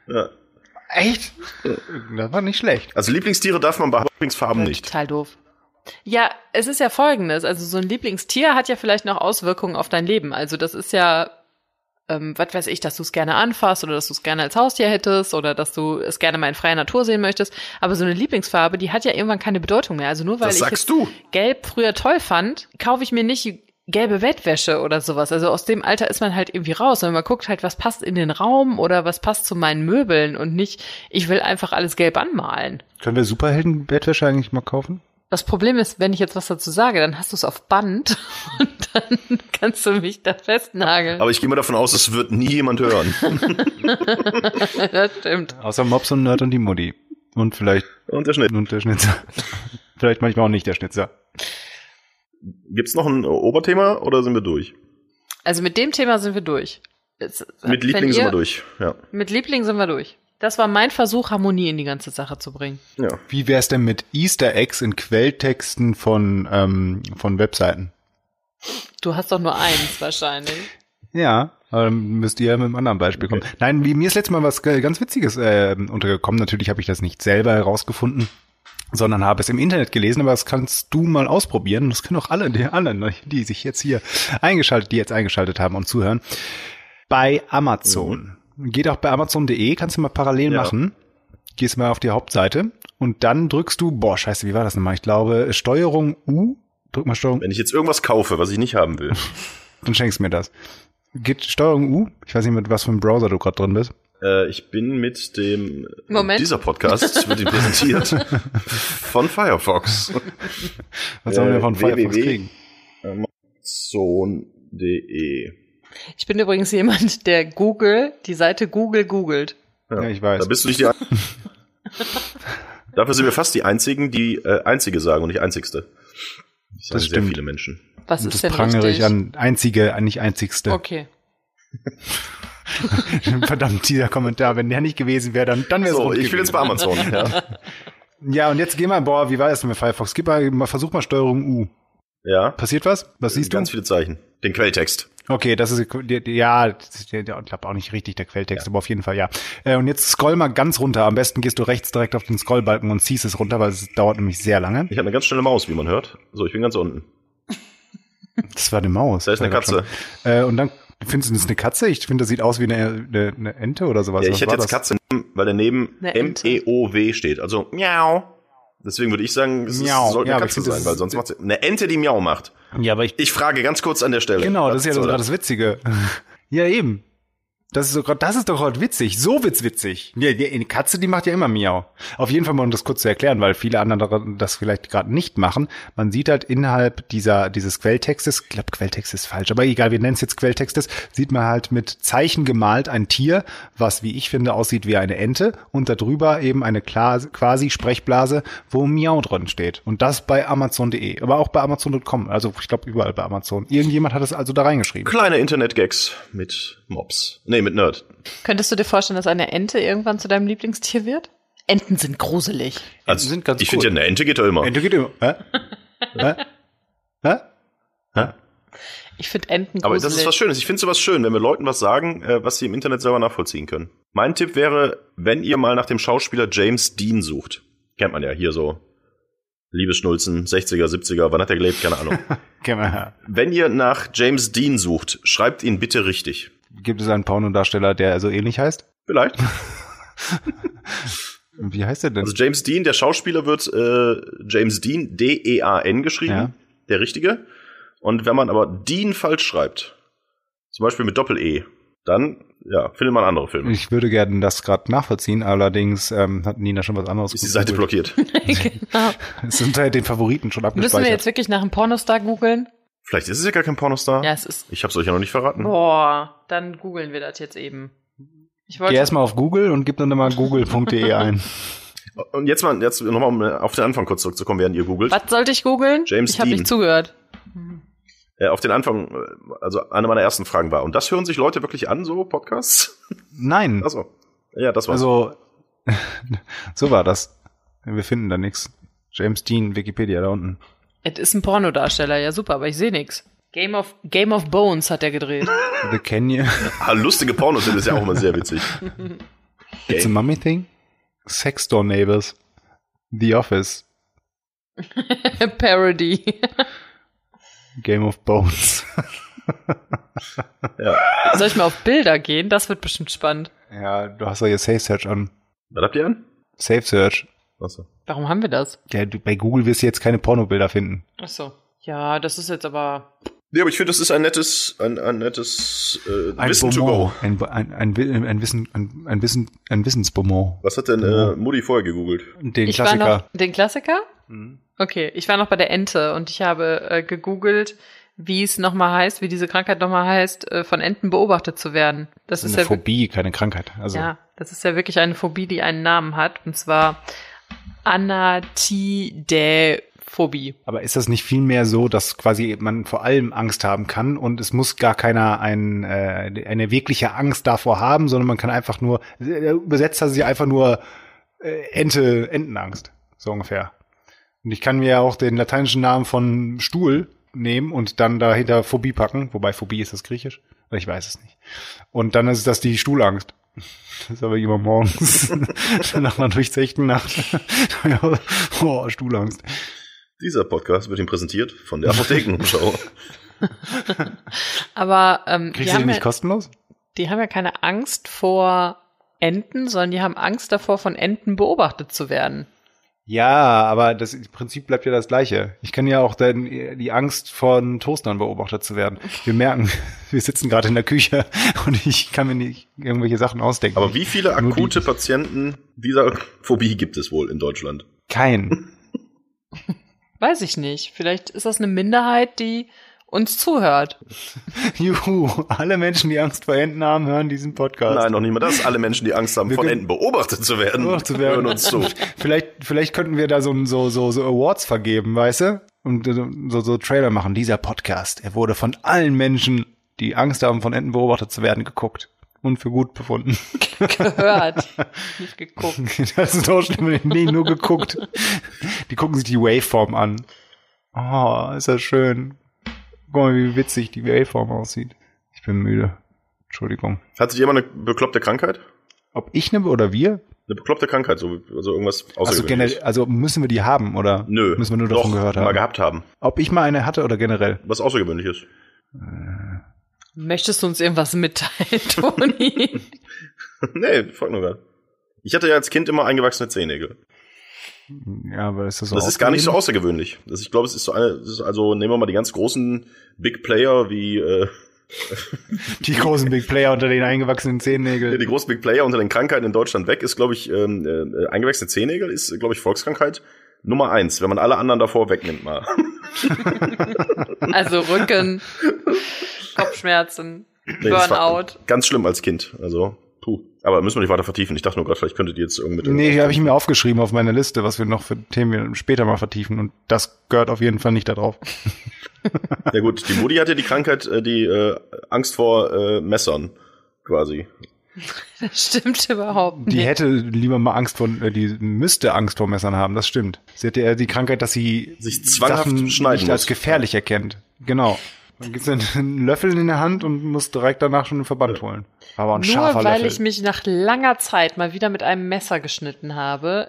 Ja. Echt? Das war nicht schlecht. Also Lieblingstiere darf man bei Lieblingsfarben nicht. Total doof. Ja, es ist ja folgendes. Also so ein Lieblingstier hat ja vielleicht noch Auswirkungen auf dein Leben. Also das ist ja, ähm, was weiß ich, dass du es gerne anfasst oder dass du es gerne als Haustier hättest oder dass du es gerne mal in freier Natur sehen möchtest. Aber so eine Lieblingsfarbe, die hat ja irgendwann keine Bedeutung mehr. Also nur weil Das ich sagst jetzt du. gelb früher toll fand, kaufe ich mir nicht gelbe Bettwäsche oder sowas. Also aus dem Alter ist man halt irgendwie raus. Und man guckt halt, was passt in den Raum oder was passt zu meinen Möbeln und nicht, ich will einfach alles gelb anmalen. Können wir Superhelden-Bettwäsche eigentlich mal kaufen? Das Problem ist, wenn ich jetzt was dazu sage, dann hast du es auf Band und dann kannst du mich da festnageln. Aber ich gehe mal davon aus, es wird nie jemand hören. das stimmt. Außer Mops und Nerd und die Mutti. Und vielleicht, Und der Schnitt. und der Schnitzer. vielleicht manchmal auch nicht der Schnitzer. Gibt's noch ein Oberthema oder sind wir durch? Also mit dem Thema sind wir durch. Es- Mit wenn Liebling ihr- sind wir durch. Ja. Mit Liebling sind wir durch. Das war mein Versuch, Harmonie in die ganze Sache zu bringen. ja. Wie wär's denn mit Easter Eggs in Quelltexten von, ähm, von Webseiten? Du hast doch nur eins wahrscheinlich. Ja, aber dann Ähm, müsst ihr mit einem anderen Beispiel kommen. Nein, wie- mir ist letztes Mal was äh, ganz Witziges äh, untergekommen. Natürlich habe ich das nicht selber herausgefunden, sondern habe es im Internet gelesen, aber das kannst du mal ausprobieren. Und Das können auch alle, die anderen, ne, die sich jetzt hier eingeschaltet, die jetzt eingeschaltet haben und zuhören. Bei Amazon. Geht auch bei amazon.de, kannst du mal parallel Ja. machen. Gehst mal auf die Hauptseite und dann drückst du, boah, scheiße, wie war das nochmal? Ich glaube, Steuerung U, drück mal Steuerung Wenn ich jetzt irgendwas kaufe, was ich nicht haben will, dann schenkst du mir das. Geht Steuerung U. Ich weiß nicht, mit was für einem Browser du gerade drin bist. äh, ich bin mit dem Moment. dieser Podcast wird Ihnen präsentiert von Firefox. Was sollen wir Äh, von Firefox www. kriegen? Amazon.de. Ich bin übrigens jemand, der Google, die Seite Google googelt. Ja, ich weiß. Da bist du nicht die Ein Dafür sind wir fast die einzigen, die äh, einzige sagen und nicht einzigste. Das sagen sehr stimmt. viele Menschen. Was Und ist das denn prangere richtig? ich an einzige, an nicht einzigste. Okay. Verdammt, dieser Kommentar, wenn der nicht gewesen wäre, dann, dann wäre So, ich will jetzt bei Amazon. Ja, Ja, und jetzt geh mal, boah, wie war das denn mit Firefox? Gib mal, mal, versuch mal Steuerung U. ja. Passiert was? Was siehst du? ganz viele Zeichen. Den Quelltext. Okay, das ist, die- die- ja, das ist, der- der- ich glaube auch nicht richtig der Quelltext, aber auf jeden Fall, ja. Äh, Und jetzt scroll mal ganz runter. Am besten gehst du rechts direkt auf den Scrollbalken und ziehst es runter, weil es dauert nämlich sehr lange. Ich habe eine ganz schnelle Maus, wie man hört. So, ich bin ganz unten. Das war eine Maus. Da ist eine Ja, glaub Katze. schon. Äh, und dann findest du das ist eine Katze? Ich finde, das sieht aus wie eine, eine, eine Ente oder sowas. ja, Was ich hätte war jetzt das? Katze nehmen, weil daneben Eine Ente. M-E-O-W E steht. Also miau. Deswegen würde ich sagen, es ist, Miau. sollte Ja, eine aber ich Katze finde, sein, das weil ist- sonst macht eine Ente, die miau macht. Ja, aber ich. Ich frage ganz kurz an der Stelle. Genau, das ist ja Was das, soll gerade das Witzige. ja, eben. Das ist, doch, das ist doch heute witzig, so witz witzig. Ja, die eine Katze, die macht ja immer Miau. Auf jeden Fall mal, um das kurz zu erklären, weil viele andere das vielleicht gerade nicht machen. Man sieht halt innerhalb dieser, dieses Quelltextes, ich glaube Quelltext ist falsch, aber egal, wir nennen es jetzt Quelltextes, sieht man halt mit Zeichen gemalt ein Tier, was, wie ich finde, aussieht wie eine Ente und darüber eben eine klar- quasi Sprechblase, wo Miau drin steht. Und das bei Amazon.de, aber auch bei Amazon.com, also ich glaube überall bei Amazon. Irgendjemand hat es also da reingeschrieben. Kleine Internet-Gags mit Mobs. Nee, mit Nerd. Könntest du dir vorstellen, dass eine Ente irgendwann zu deinem Lieblingstier wird? Enten sind gruselig. Also, sind ganz ich finde cool. ja, eine Ente geht doch immer. Ente geht immer. Hä? Hä? Hä? Ich finde Enten Aber gruselig. das ist was Schönes. Ich finde sowas schön, wenn wir Leuten was sagen, äh, was sie im Internet selber nachvollziehen können. Mein Tipp wäre, wenn ihr mal nach dem Schauspieler James Dean sucht. Kennt man ja hier so. Liebesschnulzen, 60er, 70er, wann hat er gelebt? Keine Ahnung. Gehen wir her. wenn ihr nach James Dean sucht, schreibt ihn bitte richtig. Gibt es einen Pornodarsteller, der so ähnlich heißt? Vielleicht. Wie heißt der denn? Also James Dean, der Schauspieler wird äh, James Dean, D-E-A-N geschrieben, Ja. der richtige. Und wenn man aber Dean falsch schreibt, zum Beispiel mit Doppel-E, dann ja, findet man andere Filme. ich würde gerne das gerade nachvollziehen, allerdings ähm, hat Nina schon was anderes Ist die Seite gegoogelt. blockiert. genau. Es sind halt den Favoriten schon Müssen wir abgespeichert. jetzt wirklich nach einem Pornostar googeln? Vielleicht ist es ja Hm. gar kein Pornostar. Ja, es ist. Ich hab's euch ja noch nicht verraten. Boah, dann googeln wir das jetzt eben. Ich Geh wollte. erstmal auf Google und gib dann mal google.de ein. Und jetzt mal, jetzt nochmal, um auf den Anfang kurz zurückzukommen, während ihr googelt. was sollte ich googeln? James ich habe Dean. nicht zugehört. Äh, auf den Anfang, äh, also eine meiner ersten Fragen war. Und das hören sich Leute wirklich an, so Podcasts? Nein, Achso. Ja, das war's. also so war das. Wir finden da nichts. James Dean, Wikipedia da unten. Es ist ein Pornodarsteller, ja super, aber ich sehe nichts. Game of, Game of Bones hat er gedreht. The Canyon. ah, lustige Pornos sind das ja auch immer sehr witzig. It's a Mummy Thing. Sex Door Neighbors. The Office. Parody. Game of Bones. Ja. Soll ich mal auf Bilder gehen? Das wird bestimmt spannend. ja, du hast doch hier Safe Search an. Was habt ihr an? Safe Search. Achso. Warum haben wir das? Ja, du, bei Google wirst du jetzt keine Pornobilder finden. Ach so. Ja, das ist jetzt aber. Nee, aber ich finde, das ist ein nettes, ein, ein nettes äh, Wissen to Bonbon. go. Ein, ein, ein, Wi- ein Wissen, ein, ein Wissen, ein Wissensbonbon. Was hat denn äh, Mutti vorher gegoogelt? Den ich war Klassiker. noch. Den Klassiker? Mhm. Okay, ich war noch bei der Ente und ich habe äh, gegoogelt, wie es nochmal heißt, wie diese Krankheit nochmal heißt, äh, von Enten beobachtet zu werden. Das Das ist ist eine ja, wir- Phobie, keine Krankheit. Also, ja, das ist ja wirklich eine Phobie, die einen Namen hat. Und zwar Anatidäphobie. Aber ist das nicht vielmehr so, dass quasi man vor allem Angst haben kann und es muss gar keiner ein, äh, eine wirkliche Angst davor haben, sondern man kann einfach nur, äh, übersetzt hat sie einfach nur äh, Ente, Entenangst, so ungefähr. Und ich kann mir ja auch den lateinischen Namen von Stuhl nehmen und dann dahinter Phobie packen, wobei Phobie ist das griechisch, aber ich weiß es nicht. Und dann ist das die Stuhlangst. Das ist aber immer morgens nach einer durchzechten Nacht. Boah, Stuhlangst. Dieser Podcast wird ihm präsentiert von der Apothekenumschau. Aber ähm, die, Kriegst du haben den ja, nicht kostenlos? die haben ja keine Angst vor Enten, sondern die haben Angst davor, von Enten beobachtet zu werden. Ja, aber das im Prinzip bleibt ja das Gleiche. Ich kann ja auch dann die Angst von Toastern beobachtet zu werden. Wir merken, wir sitzen gerade in der Küche und ich kann mir nicht irgendwelche Sachen ausdenken. aber wie viele Nur die- akute Patienten dieser Phobie gibt es wohl in Deutschland? Kein. Weiß ich nicht. Vielleicht ist das eine Minderheit, die uns zuhört. Juhu, alle Menschen, die Angst vor Enten haben, hören diesen Podcast. Nein, noch nicht mal das. Alle Menschen, die Angst haben, Wir von können- Enten beobachtet zu werden, Beobachtet zu werden. hören uns zu. Vielleicht, vielleicht könnten wir da so, ein- so, so, so Awards vergeben, weißt du? Und äh, so, so Trailer machen. Dieser Podcast, er wurde von allen Menschen, die Angst haben, von Enten beobachtet zu werden, geguckt. Und für gut befunden. Gehört. nicht geguckt. Das ist auch schlimm. Nee, nur geguckt. Die gucken sich die Waveform an. Oh, ist das schön. Guck mal, wie witzig die Waveform aussieht. Ich bin müde. Entschuldigung. Hat sich jemand eine bekloppte Krankheit? Ob ich nehme oder wir? Eine bekloppte Krankheit, so, also irgendwas Also, generell, Außergewöhnliches. also müssen wir die haben oder Nö. müssen wir nur doch, davon gehört Mal haben? gehabt haben. Ob ich mal eine hatte oder generell? Was Außergewöhnliches. Möchtest du uns irgendwas mitteilen, Toni? nee, frag nur gerade. Ich hatte ja als Kind immer eingewachsene Zehennägel. Ja, aber ist das so Das ist gar nicht so ausgegeben? außergewöhnlich. Das, ich glaube, es ist so eine, es ist also, nehmen wir mal die ganz großen Big Player wie äh, Die großen Big Player unter den eingewachsenen Zehennägeln. Die großen Big Player unter den Krankheiten in Deutschland weg ist, glaube ich, ähm, äh, eingewachsene Zehennägel ist, glaube ich, Volkskrankheit Nummer eins, wenn man alle anderen davor wegnimmt mal. Also Rücken, Kopfschmerzen, Nee, das war Burnout. Ganz schlimm als Kind. Also, puh. Aber müssen wir nicht weiter vertiefen. Ich dachte nur gerade, vielleicht könntet ihr jetzt irgendwie mit. Nee, habe ich mir aufgeschrieben auf meiner Liste, was wir noch für Themen wir später mal vertiefen. Und das gehört auf jeden Fall nicht da drauf. Ja gut, die Mutti hatte die Krankheit, äh, die äh, Angst vor äh, Messern quasi. Das stimmt überhaupt nicht. Die hätte lieber mal Angst vor, äh, die müsste Angst vor Messern haben, das stimmt. Sie hätte eher die Krankheit, dass sie Sich zwanghaft schneiden nicht als muss. gefährlich erkennt. Genau. Dann gibt's dann einen Löffel in der Hand und muss direkt danach schon einen Verband holen. Aber ein Nur scharfer weil Löffel. ich mich nach langer Zeit mal wieder mit einem Messer geschnitten habe,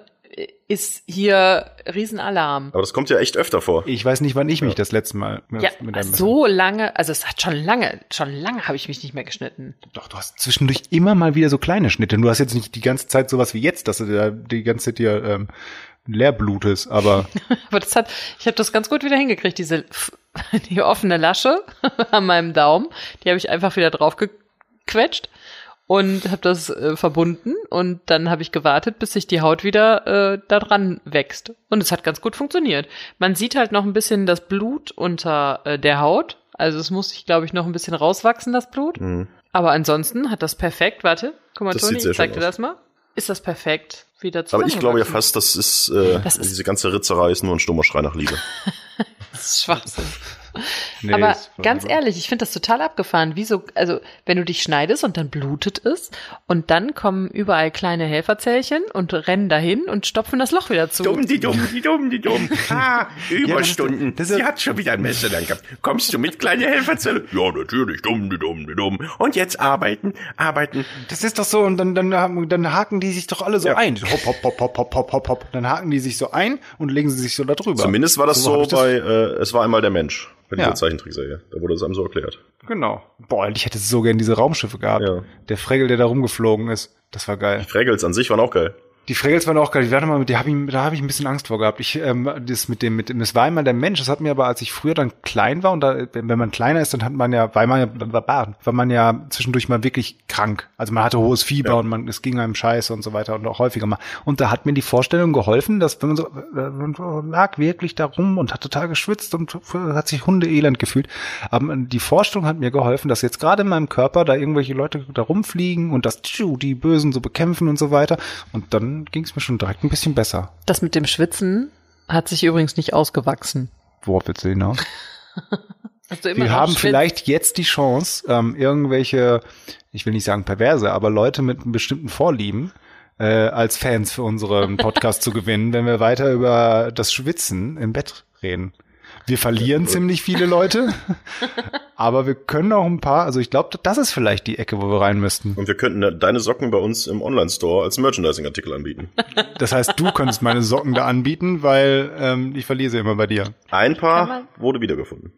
ist hier Riesenalarm. Aber das kommt ja echt öfter vor. ich weiß nicht, wann ich mich das letzte Mal mit, Ja, mit einem so lange, also es hat schon lange, schon lange habe ich mich nicht mehr geschnitten. Doch, du hast zwischendurch immer mal wieder so kleine Schnitte. Du hast jetzt nicht die ganze Zeit sowas wie jetzt, dass du da die ganze Zeit dir ähm, leer blutest, aber Aber das hat, ich habe das ganz gut wieder hingekriegt, diese die offene Lasche an meinem Daumen, die habe ich einfach wieder drauf gequetscht und habe das äh, verbunden und dann habe ich gewartet, bis sich die Haut wieder äh, da dran wächst und es hat ganz gut funktioniert. Man sieht halt noch ein bisschen das Blut unter äh, der Haut, also es muss sich glaube ich noch ein bisschen rauswachsen das Blut, Hm. Mhm. aber ansonsten hat das perfekt, warte, guck mal Das Toni, sieht sehr ich zeig schön dir aus. das mal. Ist das perfekt wieder Aber ich glaube ja zusammengewachsen. fast, das ist, äh, Das ist- diese ganze Ritzerei ist nur ein stummer Schrei nach Liebe. Das ist Schwachsinn. nee, Aber das- ganz ehrlich, ich finde das total abgefahren. Wieso, also wenn du dich schneidest und dann blutet es und dann kommen überall kleine Helferzellchen und rennen dahin und stopfen das Loch wieder zu. die dumm, die dumm, die dumm. Ah, Überstunden. das ist- Sie hat schon wieder ein Messer dann gehabt. Kommst du mit, kleine Helferzelle? Ja, natürlich, dumm, die dumm, die dumm. Und jetzt arbeiten, arbeiten. Das ist doch so, und dann, dann, haben- dann haken die sich doch alle so Ja. ein. Hopp, hopp, hopp, hopp, hopp, hopp, hopp, hopp. Dann haken die sich so ein und legen sie sich so da drüber. Zumindest war das hab so, ich das- bei, äh, es war einmal der Mensch, bei dieser Ja. Zeichentrickserie. Da wurde es einem so erklärt. Genau. Boah, ich hätte so gern diese Raumschiffe gehabt. Ja. Der Fregel, der da rumgeflogen ist. Das war geil. Regels an sich waren auch geil. Die Fregels waren auch geil. Ich Warte mal, die hab ich, da habe ich ein bisschen Angst vor gehabt. Ich, ähm, das mit dem, mit dem, es war einmal der Mensch. Das hat mir aber, als ich früher dann klein war und da, wenn man kleiner ist, dann hat man ja, weil man ja, war man ja zwischendurch mal wirklich krank. Also man hatte hohes Fieber und man, es ging einem scheiße und so weiter und auch häufiger mal. Und da hat mir die Vorstellung geholfen, dass wenn man so, äh, man lag wirklich da rum und hat total geschwitzt und hat sich hundeelend gefühlt. Aber die Vorstellung hat mir geholfen, dass jetzt gerade in meinem Körper da irgendwelche Leute da rumfliegen und dass tschu, die Bösen so bekämpfen und so weiter. Und dann ging es mir schon direkt ein bisschen besser. Das mit dem Schwitzen hat sich übrigens nicht ausgewachsen. Worauf willst du hinaus? Hast du immer Wir noch haben schwitzt? vielleicht jetzt die Chance, ähm, irgendwelche, ich will nicht sagen perverse, aber Leute mit einem bestimmten Vorlieben äh, als Fans für unseren Podcast zu gewinnen, wenn wir weiter über das Schwitzen im Bett reden. Wir verlieren ziemlich viele Leute, aber wir können auch ein paar, also ich glaube, das ist vielleicht die Ecke, wo wir rein müssten. Und wir könnten da- deine Socken bei uns im Online-Store als Merchandising-Artikel anbieten. Das heißt, du könntest meine Socken da anbieten, weil ähm, ich verliere sie immer bei dir. Ein Kann Paar wurde wiedergefunden.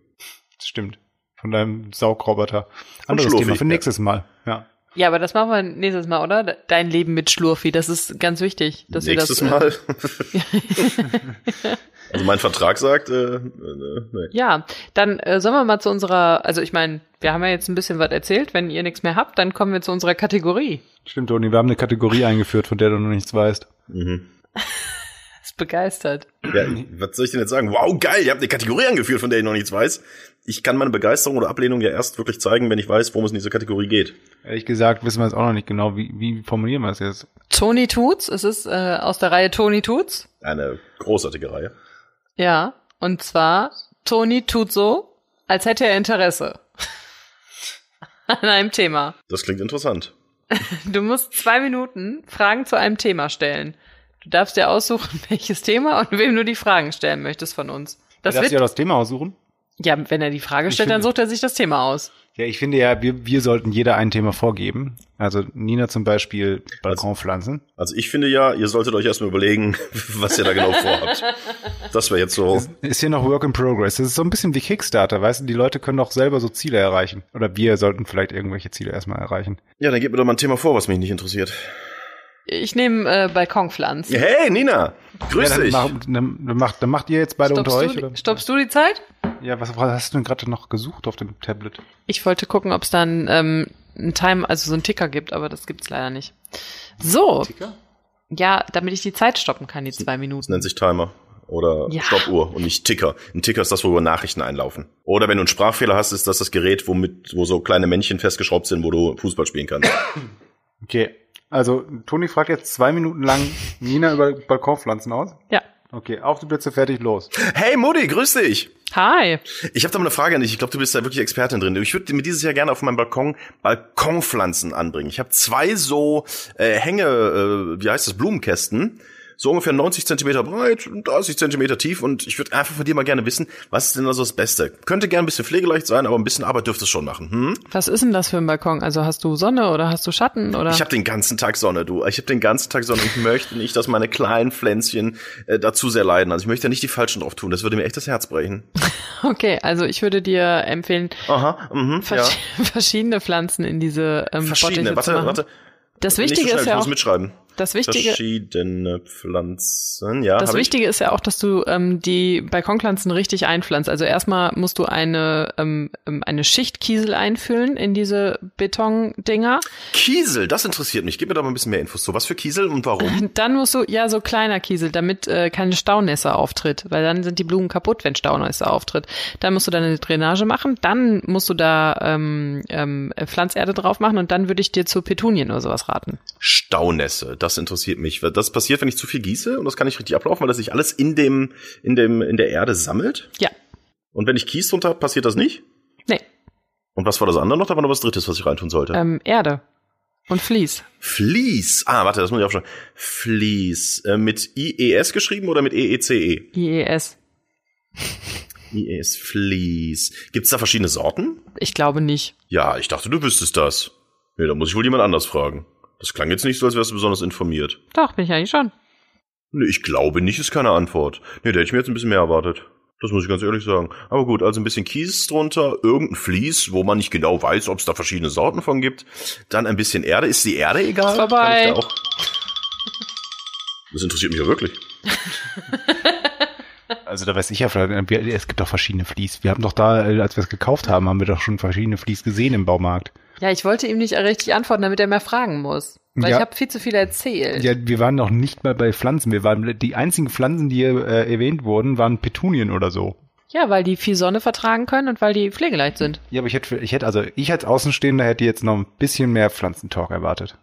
Das stimmt. Von deinem Saugroboter. Anderes Schlurfi, Thema für ja. nächstes Mal. Ja. Ja, aber das machen wir nächstes Mal, oder? Dein Leben mit Schlurfi, das ist ganz wichtig, dass Nächstes wir das. äh, Mal. also mein Vertrag sagt, äh, äh, nee. Ja, dann äh, sollen wir mal zu unserer, also ich meine, wir haben ja jetzt ein bisschen was erzählt. Wenn ihr nichts mehr habt, dann kommen wir zu unserer Kategorie. Stimmt, Toni, wir haben eine Kategorie eingeführt, von der du noch nichts weißt. Mhm. Das ist begeistert. Ja, was soll ich denn jetzt sagen? Wow, geil, ihr habt eine Kategorie angeführt, von der ich noch nichts weiß. Ich kann meine Begeisterung oder Ablehnung ja erst wirklich zeigen, wenn ich weiß, worum es in dieser Kategorie geht. Ehrlich gesagt wissen wir es auch noch nicht genau. Wie, wie formulieren wir es jetzt? Tony Toots, es ist äh, aus der Reihe Tony Toots. Eine großartige Reihe. Ja, und zwar Tony tut so, als hätte er Interesse an einem Thema. Das klingt interessant. Du musst zwei Minuten Fragen zu einem Thema stellen. Du darfst dir aussuchen, welches Thema und wem du die Fragen stellen möchtest von uns. Das Darfst du ja wird, das Thema aussuchen? ja, wenn er die Frage Ich stellt, dann finde- sucht er sich das Thema aus. Ja, ich finde ja, wir, wir sollten jeder ein Thema vorgeben. Also Nina zum Beispiel Balkonpflanzen. Also ich finde ja, ihr solltet euch erstmal überlegen, was ihr da genau vorhabt. Das wäre jetzt so. Ist hier noch Work in Progress. Das ist so ein bisschen wie Kickstarter, weißt du? Die Leute können doch selber so Ziele erreichen. Oder wir sollten vielleicht irgendwelche Ziele erstmal erreichen. Ja, dann gebt mir doch mal ein Thema vor, was mich nicht interessiert. Ich nehme äh, Balkonpflanzen. Hey, Nina, grüß ja, dann, dich. mach, dann, dann, macht, dann macht ihr jetzt beide Stoppst unter du, euch? die- Oder? stoppst du die Zeit? Ja, was, was hast du denn gerade noch gesucht auf dem Tablet? Ich wollte gucken, ob es dann ähm, einen Time, also so einen Ticker gibt, aber das gibt's leider nicht. So, Ticker? ja, damit ich die Zeit stoppen kann, die zwei Das Minuten. nennt sich Timer oder Ja. Stoppuhr und nicht Ticker. Ein Ticker ist das, worüber Nachrichten einlaufen. Oder wenn du einen Sprachfehler hast, ist das das Gerät, womit, wo so kleine Männchen festgeschraubt sind, wo du Fußball spielen kannst. Okay. Also, Toni fragt jetzt zwei Minuten lang Nina über Balkonpflanzen aus. Ja. Okay, auf die Plätze, fertig, los. hey, Mutti, grüß dich. Hi. Ich habe da mal eine Frage an dich. Ich glaube, du bist da wirklich Expertin drin. Ich würde mir dieses Jahr gerne auf meinem Balkon Balkonpflanzen anbringen. Ich habe zwei so äh, Hänge, äh, wie heißt das, Blumenkästen, so ungefähr 90 Zentimeter breit und 30 Zentimeter tief. Und ich würde einfach von dir mal gerne wissen, was ist denn also das Beste? Könnte gerne ein bisschen pflegeleicht sein, aber ein bisschen Arbeit dürfte es schon machen. Hm? Was ist denn das für ein Balkon? Also hast du Sonne oder hast du Schatten oder? Ich habe den ganzen Tag Sonne, du. Ich habe den ganzen Tag Sonne. Ich möchte nicht, dass meine kleinen Pflänzchen äh, dazu sehr leiden. Also ich möchte da nicht die falschen drauf tun. Das würde mir echt das Herz brechen. okay, also ich würde dir empfehlen, Aha, mhm, ja. versch verschiedene Pflanzen in diese ähm, Bottiche Verschiedene. zu Warte, machen. warte. Das Wichtige nicht so schnell, ist ich ja muss auch, mitschreiben. das Wichtige, Verschiedene Pflanzen, ja. Das hab ich. Wichtige ist ja auch, dass du ähm, die Balkonpflanzen richtig einpflanzt. Also erstmal musst du eine, ähm, ähm, eine Schicht Kiesel einfüllen in diese Betondinger. Kiesel, das interessiert mich. Gib mir da mal ein bisschen mehr Infos zu. Was für Kiesel und warum? Und dann musst du, ja, so kleiner Kiesel, damit äh, keine Staunässe auftritt, weil dann sind die Blumen kaputt, wenn Staunässe auftritt. Dann musst du da eine Drainage machen, dann musst du da ähm, ähm, Pflanzerde drauf machen und dann würde ich dir zu Petunien oder sowas raten. Staunässe, das interessiert mich. Das passiert, wenn ich zu viel gieße und das kann nicht richtig ablaufen, weil das sich alles in dem, in dem, in der Erde sammelt. Ja, Und wenn ich Kies drunter hab, passiert das nicht? nee, Und was war das andere noch? Da war noch was drittes, was ich reintun sollte. ähm, Erde und Vlies. Vlies. Ah, warte, das muss ich aufschreiben. Vlies. Äh, mit IES geschrieben oder mit E EECE? IES. IES, Vlies. E Gibt's da verschiedene Sorten? Ich glaube nicht. Ja, ich dachte, du wüsstest das. Nee, da muss ich wohl jemand anders fragen. Das klang jetzt nicht so, als wärst du besonders informiert. Doch, bin ich eigentlich schon. Nee, ich glaube nicht, ist keine Antwort. Nee, da hätte ich mir jetzt ein bisschen mehr erwartet. Das muss ich ganz ehrlich sagen. Aber gut, also ein bisschen Kies drunter, irgendein Vlies, wo man nicht genau weiß, ob es da verschiedene Sorten von gibt. Dann ein bisschen Erde. Ist die Erde egal? Vorbei. Kann ich da auch das interessiert mich ja wirklich. Also da weiß ich ja vielleicht, wir- es gibt doch verschiedene Vlies. Wir haben doch da, äh, als wir es gekauft haben, haben wir doch schon verschiedene Vlies gesehen im Baumarkt. Ja, ich wollte ihm nicht richtig antworten, damit er mehr fragen muss. Weil Ja. ich habe viel zu viel erzählt. Ja, wir waren noch nicht mal bei Pflanzen. Wir waren, die einzigen Pflanzen, die hier äh, erwähnt wurden, waren Petunien oder so. Ja, weil die viel Sonne vertragen können und weil die pflegeleicht sind. Ja, aber ich hätte, ich hätte, also ich als Außenstehender hätte jetzt noch ein bisschen mehr Pflanzentalk erwartet.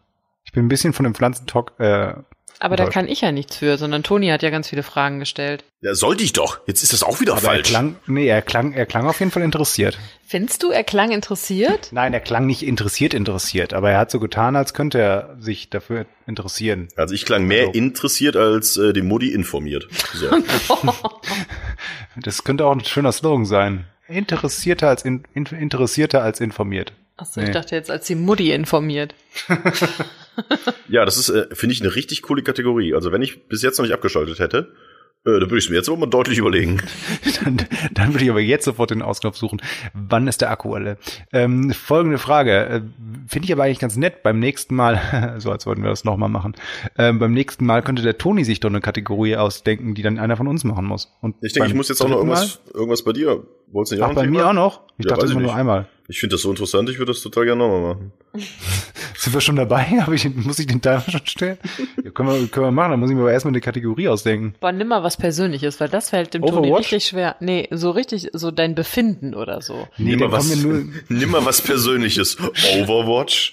Ich bin ein bisschen von dem Pflanzentalk, äh, Aber da Toll. kann ich ja nichts für, sondern Toni hat ja ganz viele Fragen gestellt. Ja, sollte ich doch. Jetzt ist das auch wieder aber er falsch. klang, nee, er klang, er klang auf jeden Fall interessiert. Findest du, er klang interessiert? Nein, er klang nicht interessiert interessiert, aber er hat so getan, als könnte er sich dafür interessieren. Also ich klang mehr Also- interessiert als äh, die Mutti informiert. So. Das könnte auch ein schöner Slogan sein. Interessierter als in, in, interessierter als informiert. Achso, ich Nee. dachte jetzt, als die Mutti informiert. Ja, das ist, äh, finde ich, eine richtig coole Kategorie. Also wenn ich bis jetzt noch nicht abgeschaltet hätte, äh, dann würde ich es mir jetzt aber mal deutlich überlegen. Dann, dann würde ich aber jetzt sofort den Ausknopf suchen. Wann ist der Akku alle? Ähm, folgende Frage. Äh, Finde ich aber eigentlich ganz nett. Beim nächsten Mal, so als wollten wir das nochmal machen, ähm, beim nächsten Mal könnte der Toni sich doch eine Kategorie ausdenken, die dann einer von uns machen muss. Und Ich denke, beim ich muss jetzt auch noch dritten irgendwas, irgendwas bei dir. Wolltest du nicht Mal, ach, ein bei Thema? mir auch noch? Ich Ja, weiß dachte, das ich war nur nicht. einmal. Ich finde das so interessant, ich würde das total gerne nochmal machen. Sind wir schon dabei? Hab ich, muss ich den Timer schon stellen? Ja, können, wir, können wir machen. Dann muss ich mir aber erstmal eine Kategorie ausdenken. Boah, nimm mal was Persönliches, weil das fällt dem Toni Overwatch? richtig schwer. Nee, so richtig, so dein Befinden oder so. Nee, nimm, dann mal was, kommen wir nur, nimm mal was Persönliches. Overwatch.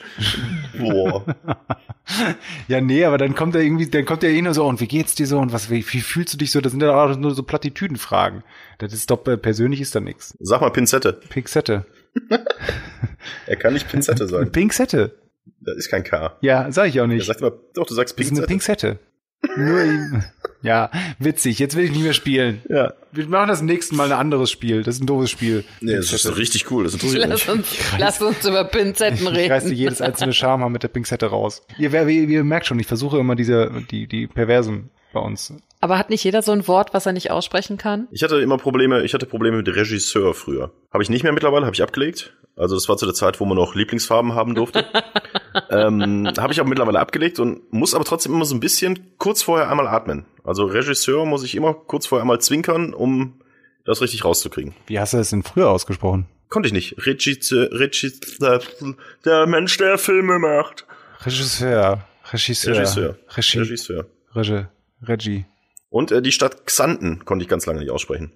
Boah. Ja, nee, aber dann kommt er irgendwie, dann kommt er eh nur so, und wie geht's dir so und was, wie, wie fühlst du dich so? Das sind ja auch nur so Plattitüdenfragen. Das ist doch äh, persönlich ist da nix. Sag mal Pinzette. Pinzette. Er kann nicht Pinzette Eine sagen. Pinzette. Das ist kein K. Ja, sag ich auch Er nicht. sagt immer, doch, du sagst Das ist eine Pinzette. Pinzette. Nur ihm. Ja, witzig. Jetzt will ich nicht mehr spielen. Ja. Wir machen das nächste Mal ein anderes Spiel. Das ist ein doofes Spiel. Nee, das ist Pinzette. richtig cool, das interessiert Lass mich. uns, lass uns über Pinzetten Ich reiße reden. jedes einzelne Charme mit der Pinzette raus. Ihr, wer- ihr, ihr merkt schon, ich versuche immer diese, die, die Perversen bei uns. Aber hat nicht jeder so ein Wort, was er nicht aussprechen kann? Ich hatte immer Probleme, ich hatte Probleme mit Regisseur früher. Habe ich nicht mehr mittlerweile, habe ich abgelegt. Also das war zu der Zeit, wo man noch Lieblingsfarben haben durfte. ähm, Habe ich aber mittlerweile abgelegt und muss aber trotzdem immer so ein bisschen kurz vorher einmal atmen. Also Regisseur muss ich immer kurz vorher einmal zwinkern, um das richtig rauszukriegen. Wie hast du das denn früher ausgesprochen? Konnte ich nicht. Regisseur, Regisseur, der Mensch, der Filme macht. Regisseur. Regisseur. Regisseur. Regie. Regie. Regisseur. Regie. Regie. Und äh, die Stadt Xanten konnte ich ganz lange nicht aussprechen.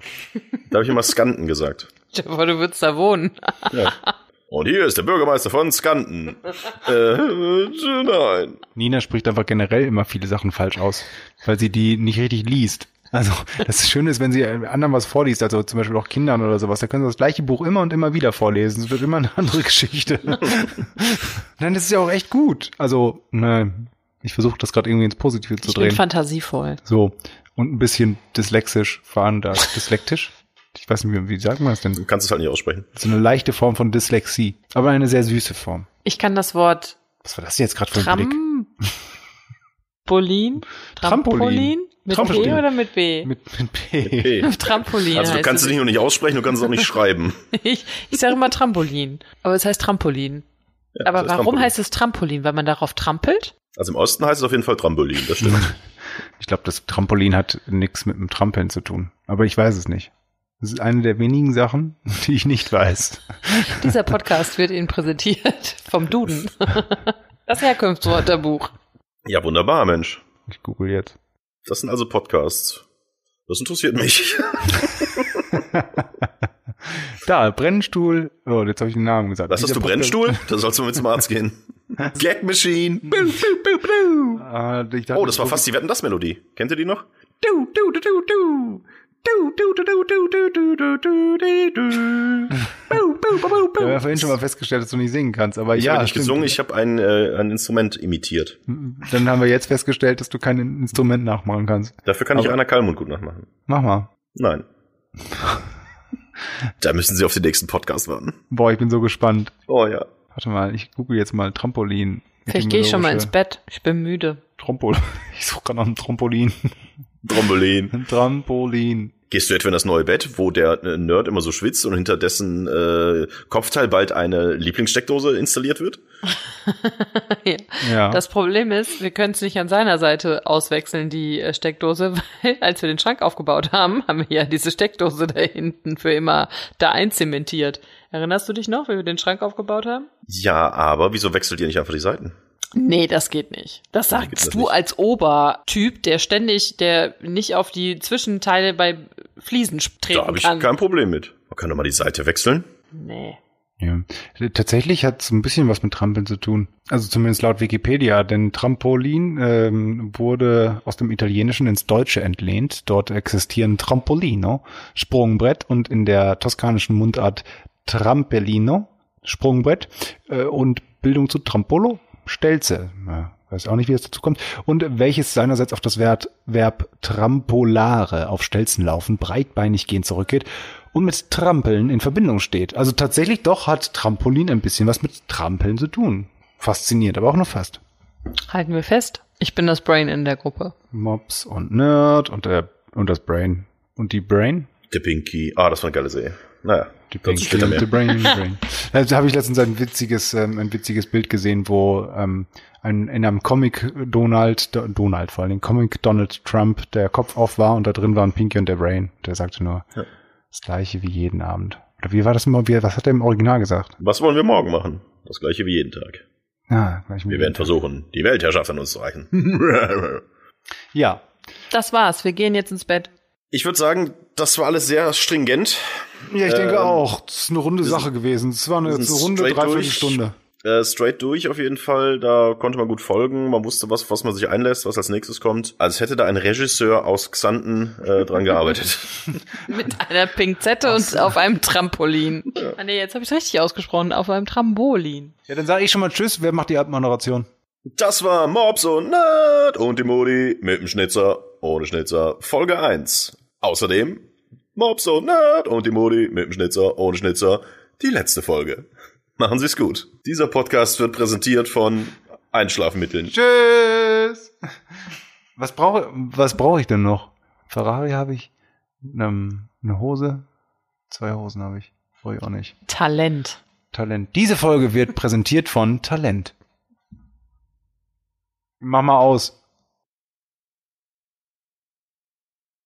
Da habe ich immer Skanten gesagt. Aber du würdest da wohnen. Ja. Und hier ist der Bürgermeister von Skanten. Äh, äh, nein. Nina spricht einfach generell immer viele Sachen falsch aus, weil sie die nicht richtig liest. Also das Schöne ist, wenn sie anderen was vorliest, also zum Beispiel auch Kindern oder sowas, da können sie das gleiche Buch immer und immer wieder vorlesen. Es wird immer eine andere Geschichte. Nein, das ist ja auch echt gut. Also, nein, ich versuche das gerade irgendwie ins Positive zu Ich bin drehen. fantasievoll. So, und ein bisschen dyslexisch veranlagt. Dyslektisch? Ich weiß nicht, wie, wie sagt man das denn? Du kannst es halt nicht aussprechen. So eine leichte Form von Dyslexie, aber eine sehr süße Form. Ich kann das Wort Was war das jetzt gerade für ein Blick? Trampolin? Trampolin. Mit Trampolin. P oder mit B? Mit, mit P. Hey. Trampolin. Also du heißt kannst es es. nicht nur nicht aussprechen, du kannst es auch nicht schreiben. Ich, ich sage immer Trampolin. Aber es heißt Trampolin. Aber das heißt warum Trampolin. heißt es Trampolin? Weil man darauf trampelt? Also im Osten heißt es auf jeden Fall Trampolin, das stimmt. Ich glaube, das Trampolin hat nichts mit dem Trampeln zu tun. Aber ich weiß es nicht. Das ist eine der wenigen Sachen, die ich nicht weiß. Dieser Podcast wird Ihnen präsentiert vom Duden. Das Herkunftswörterbuch. ja, wunderbar, Mensch. Ich google jetzt. Das sind also Podcasts. Das interessiert mich. Da, Brennstuhl. Oh, jetzt habe ich den Namen gesagt. Was hast Dieser du, Podcast- Brennstuhl? Da sollst du mit zum Arzt gehen. Gag Machine. Ah, ich dachte, Oh, das war fast die Wetten, das Melodie. Kennt ihr die noch? Du, du, du, du, du. Du, du, du, du, du, du, du, du, du, du, du. Wir haben ja vorhin schon mal festgestellt, dass du nicht singen kannst, aber Ich ja. habe nicht stimmt. gesungen, ich habe ein, äh, ein Instrument imitiert. Dann haben wir jetzt festgestellt, dass du kein Instrument nachmachen kannst. Dafür kann ich Aber- Anna Kalmund gut nachmachen. Mach mal. Nein. da müssen sie auf den nächsten Podcast warten. Boah, ich bin so gespannt. Oh ja. Warte mal, ich google jetzt mal Trampolin. Vielleicht gehe ich schon mal ins Etymologische- Bett. Ich bin müde. Trompol. Ich suche gerade nach einem Trampolin. Trombolin. Ein Trampolin. Gehst du etwa in das neue Bett, wo der äh, Nerd immer so schwitzt und hinter dessen äh, Kopfteil bald eine Lieblingssteckdose installiert wird? Ja. Das Problem ist, wir können es nicht an seiner Seite auswechseln, die äh, Steckdose, weil als wir den Schrank aufgebaut haben, haben wir ja diese Steckdose da hinten für immer da einzementiert. Erinnerst du dich noch, wie wir den Schrank aufgebaut haben? Ja, aber wieso wechselt ihr nicht einfach die Seiten? Nee, das geht nicht. Das geht das sagst du nicht. als Obertyp, der ständig, der nicht auf die Zwischenteile bei Fliesen sp- Da treten habe ich kann. kein Problem mit. Man kann doch mal die Seite wechseln. nee. Ja. Tatsächlich hat es ein bisschen was mit Trampeln zu tun. Also zumindest laut Wikipedia, denn Trampolin ähm, wurde aus dem Italienischen ins Deutsche entlehnt. Dort existieren Trampolino, Sprungbrett und in der toskanischen Mundart Trampellino, Sprungbrett äh, und Bildung zu Trampolo, Stelze. Ja, weiß auch nicht, wie es dazu kommt. Und welches seinerseits auf das Verb, Verb trampolare, auf Stelzen laufen, breitbeinig gehen zurückgeht und mit Trampeln in Verbindung steht. Also tatsächlich doch hat Trampolin ein bisschen was mit Trampeln zu tun. Fasziniert, aber auch nur fast. Halten wir fest, ich bin das Brain in der Gruppe. Mobs und Nerd und, der, und das Brain. Und die Brain? Der Pinky. Ah, das war eine geile Serie. Naja, Die dazu später Brain, mehr. die Brain, Brain. Da habe ich letztens ein witziges, ähm, ein witziges Bild gesehen, wo ähm, ein, in einem Comic Donald, Do- Donald vor allem, Comic Donald Trump, der Kopf auf war und da drin waren Pinky und der Brain. Der sagte nur Ja. das gleiche wie jeden Abend. Oder wie war das immer? Wie, was hat er im Original gesagt? Was wollen wir morgen machen? Das gleiche wie jeden Tag. Ah, gleich Wir werden versuchen, die Weltherrschaft an uns zu reichen. Ja, Das war's, wir gehen jetzt ins Bett. ich würde sagen, das war alles sehr stringent. Ja, ich denke Ähm, auch. Das ist eine runde wir sind- Sache gewesen. Es war eine wir sind so runde straight dreiviertel durch. Stunde. Äh, straight durch auf jeden Fall. Da konnte man gut folgen. Man wusste, was, was man sich einlässt, was als nächstes kommt. Als hätte da ein Regisseur aus Xanten äh, dran gearbeitet. Mit einer Pinzette und auf einem Trampolin. Ah, nee, jetzt habe ich richtig ausgesprochen, auf einem Trampolin. Ja, dann sage ich schon mal Tschüss. Wer macht die Abmoderation? das war Mobs und Nerd und die Modi mit dem Schnitzer, ohne Schnitzer, Folge 1. Außerdem Mobs und Nerd und die Modi mit dem Schnitzer, ohne Schnitzer, die letzte Folge. Machen Sie's gut. Dieser Podcast wird präsentiert von Einschlafmitteln. Tschüss. Was brauche was brauche ich denn noch? Ferrari habe ich, ähm, eine Hose, zwei Hosen habe ich. Brauche ich auch nicht. Talent. Talent. Diese Folge wird präsentiert von Talent. Mach mal aus.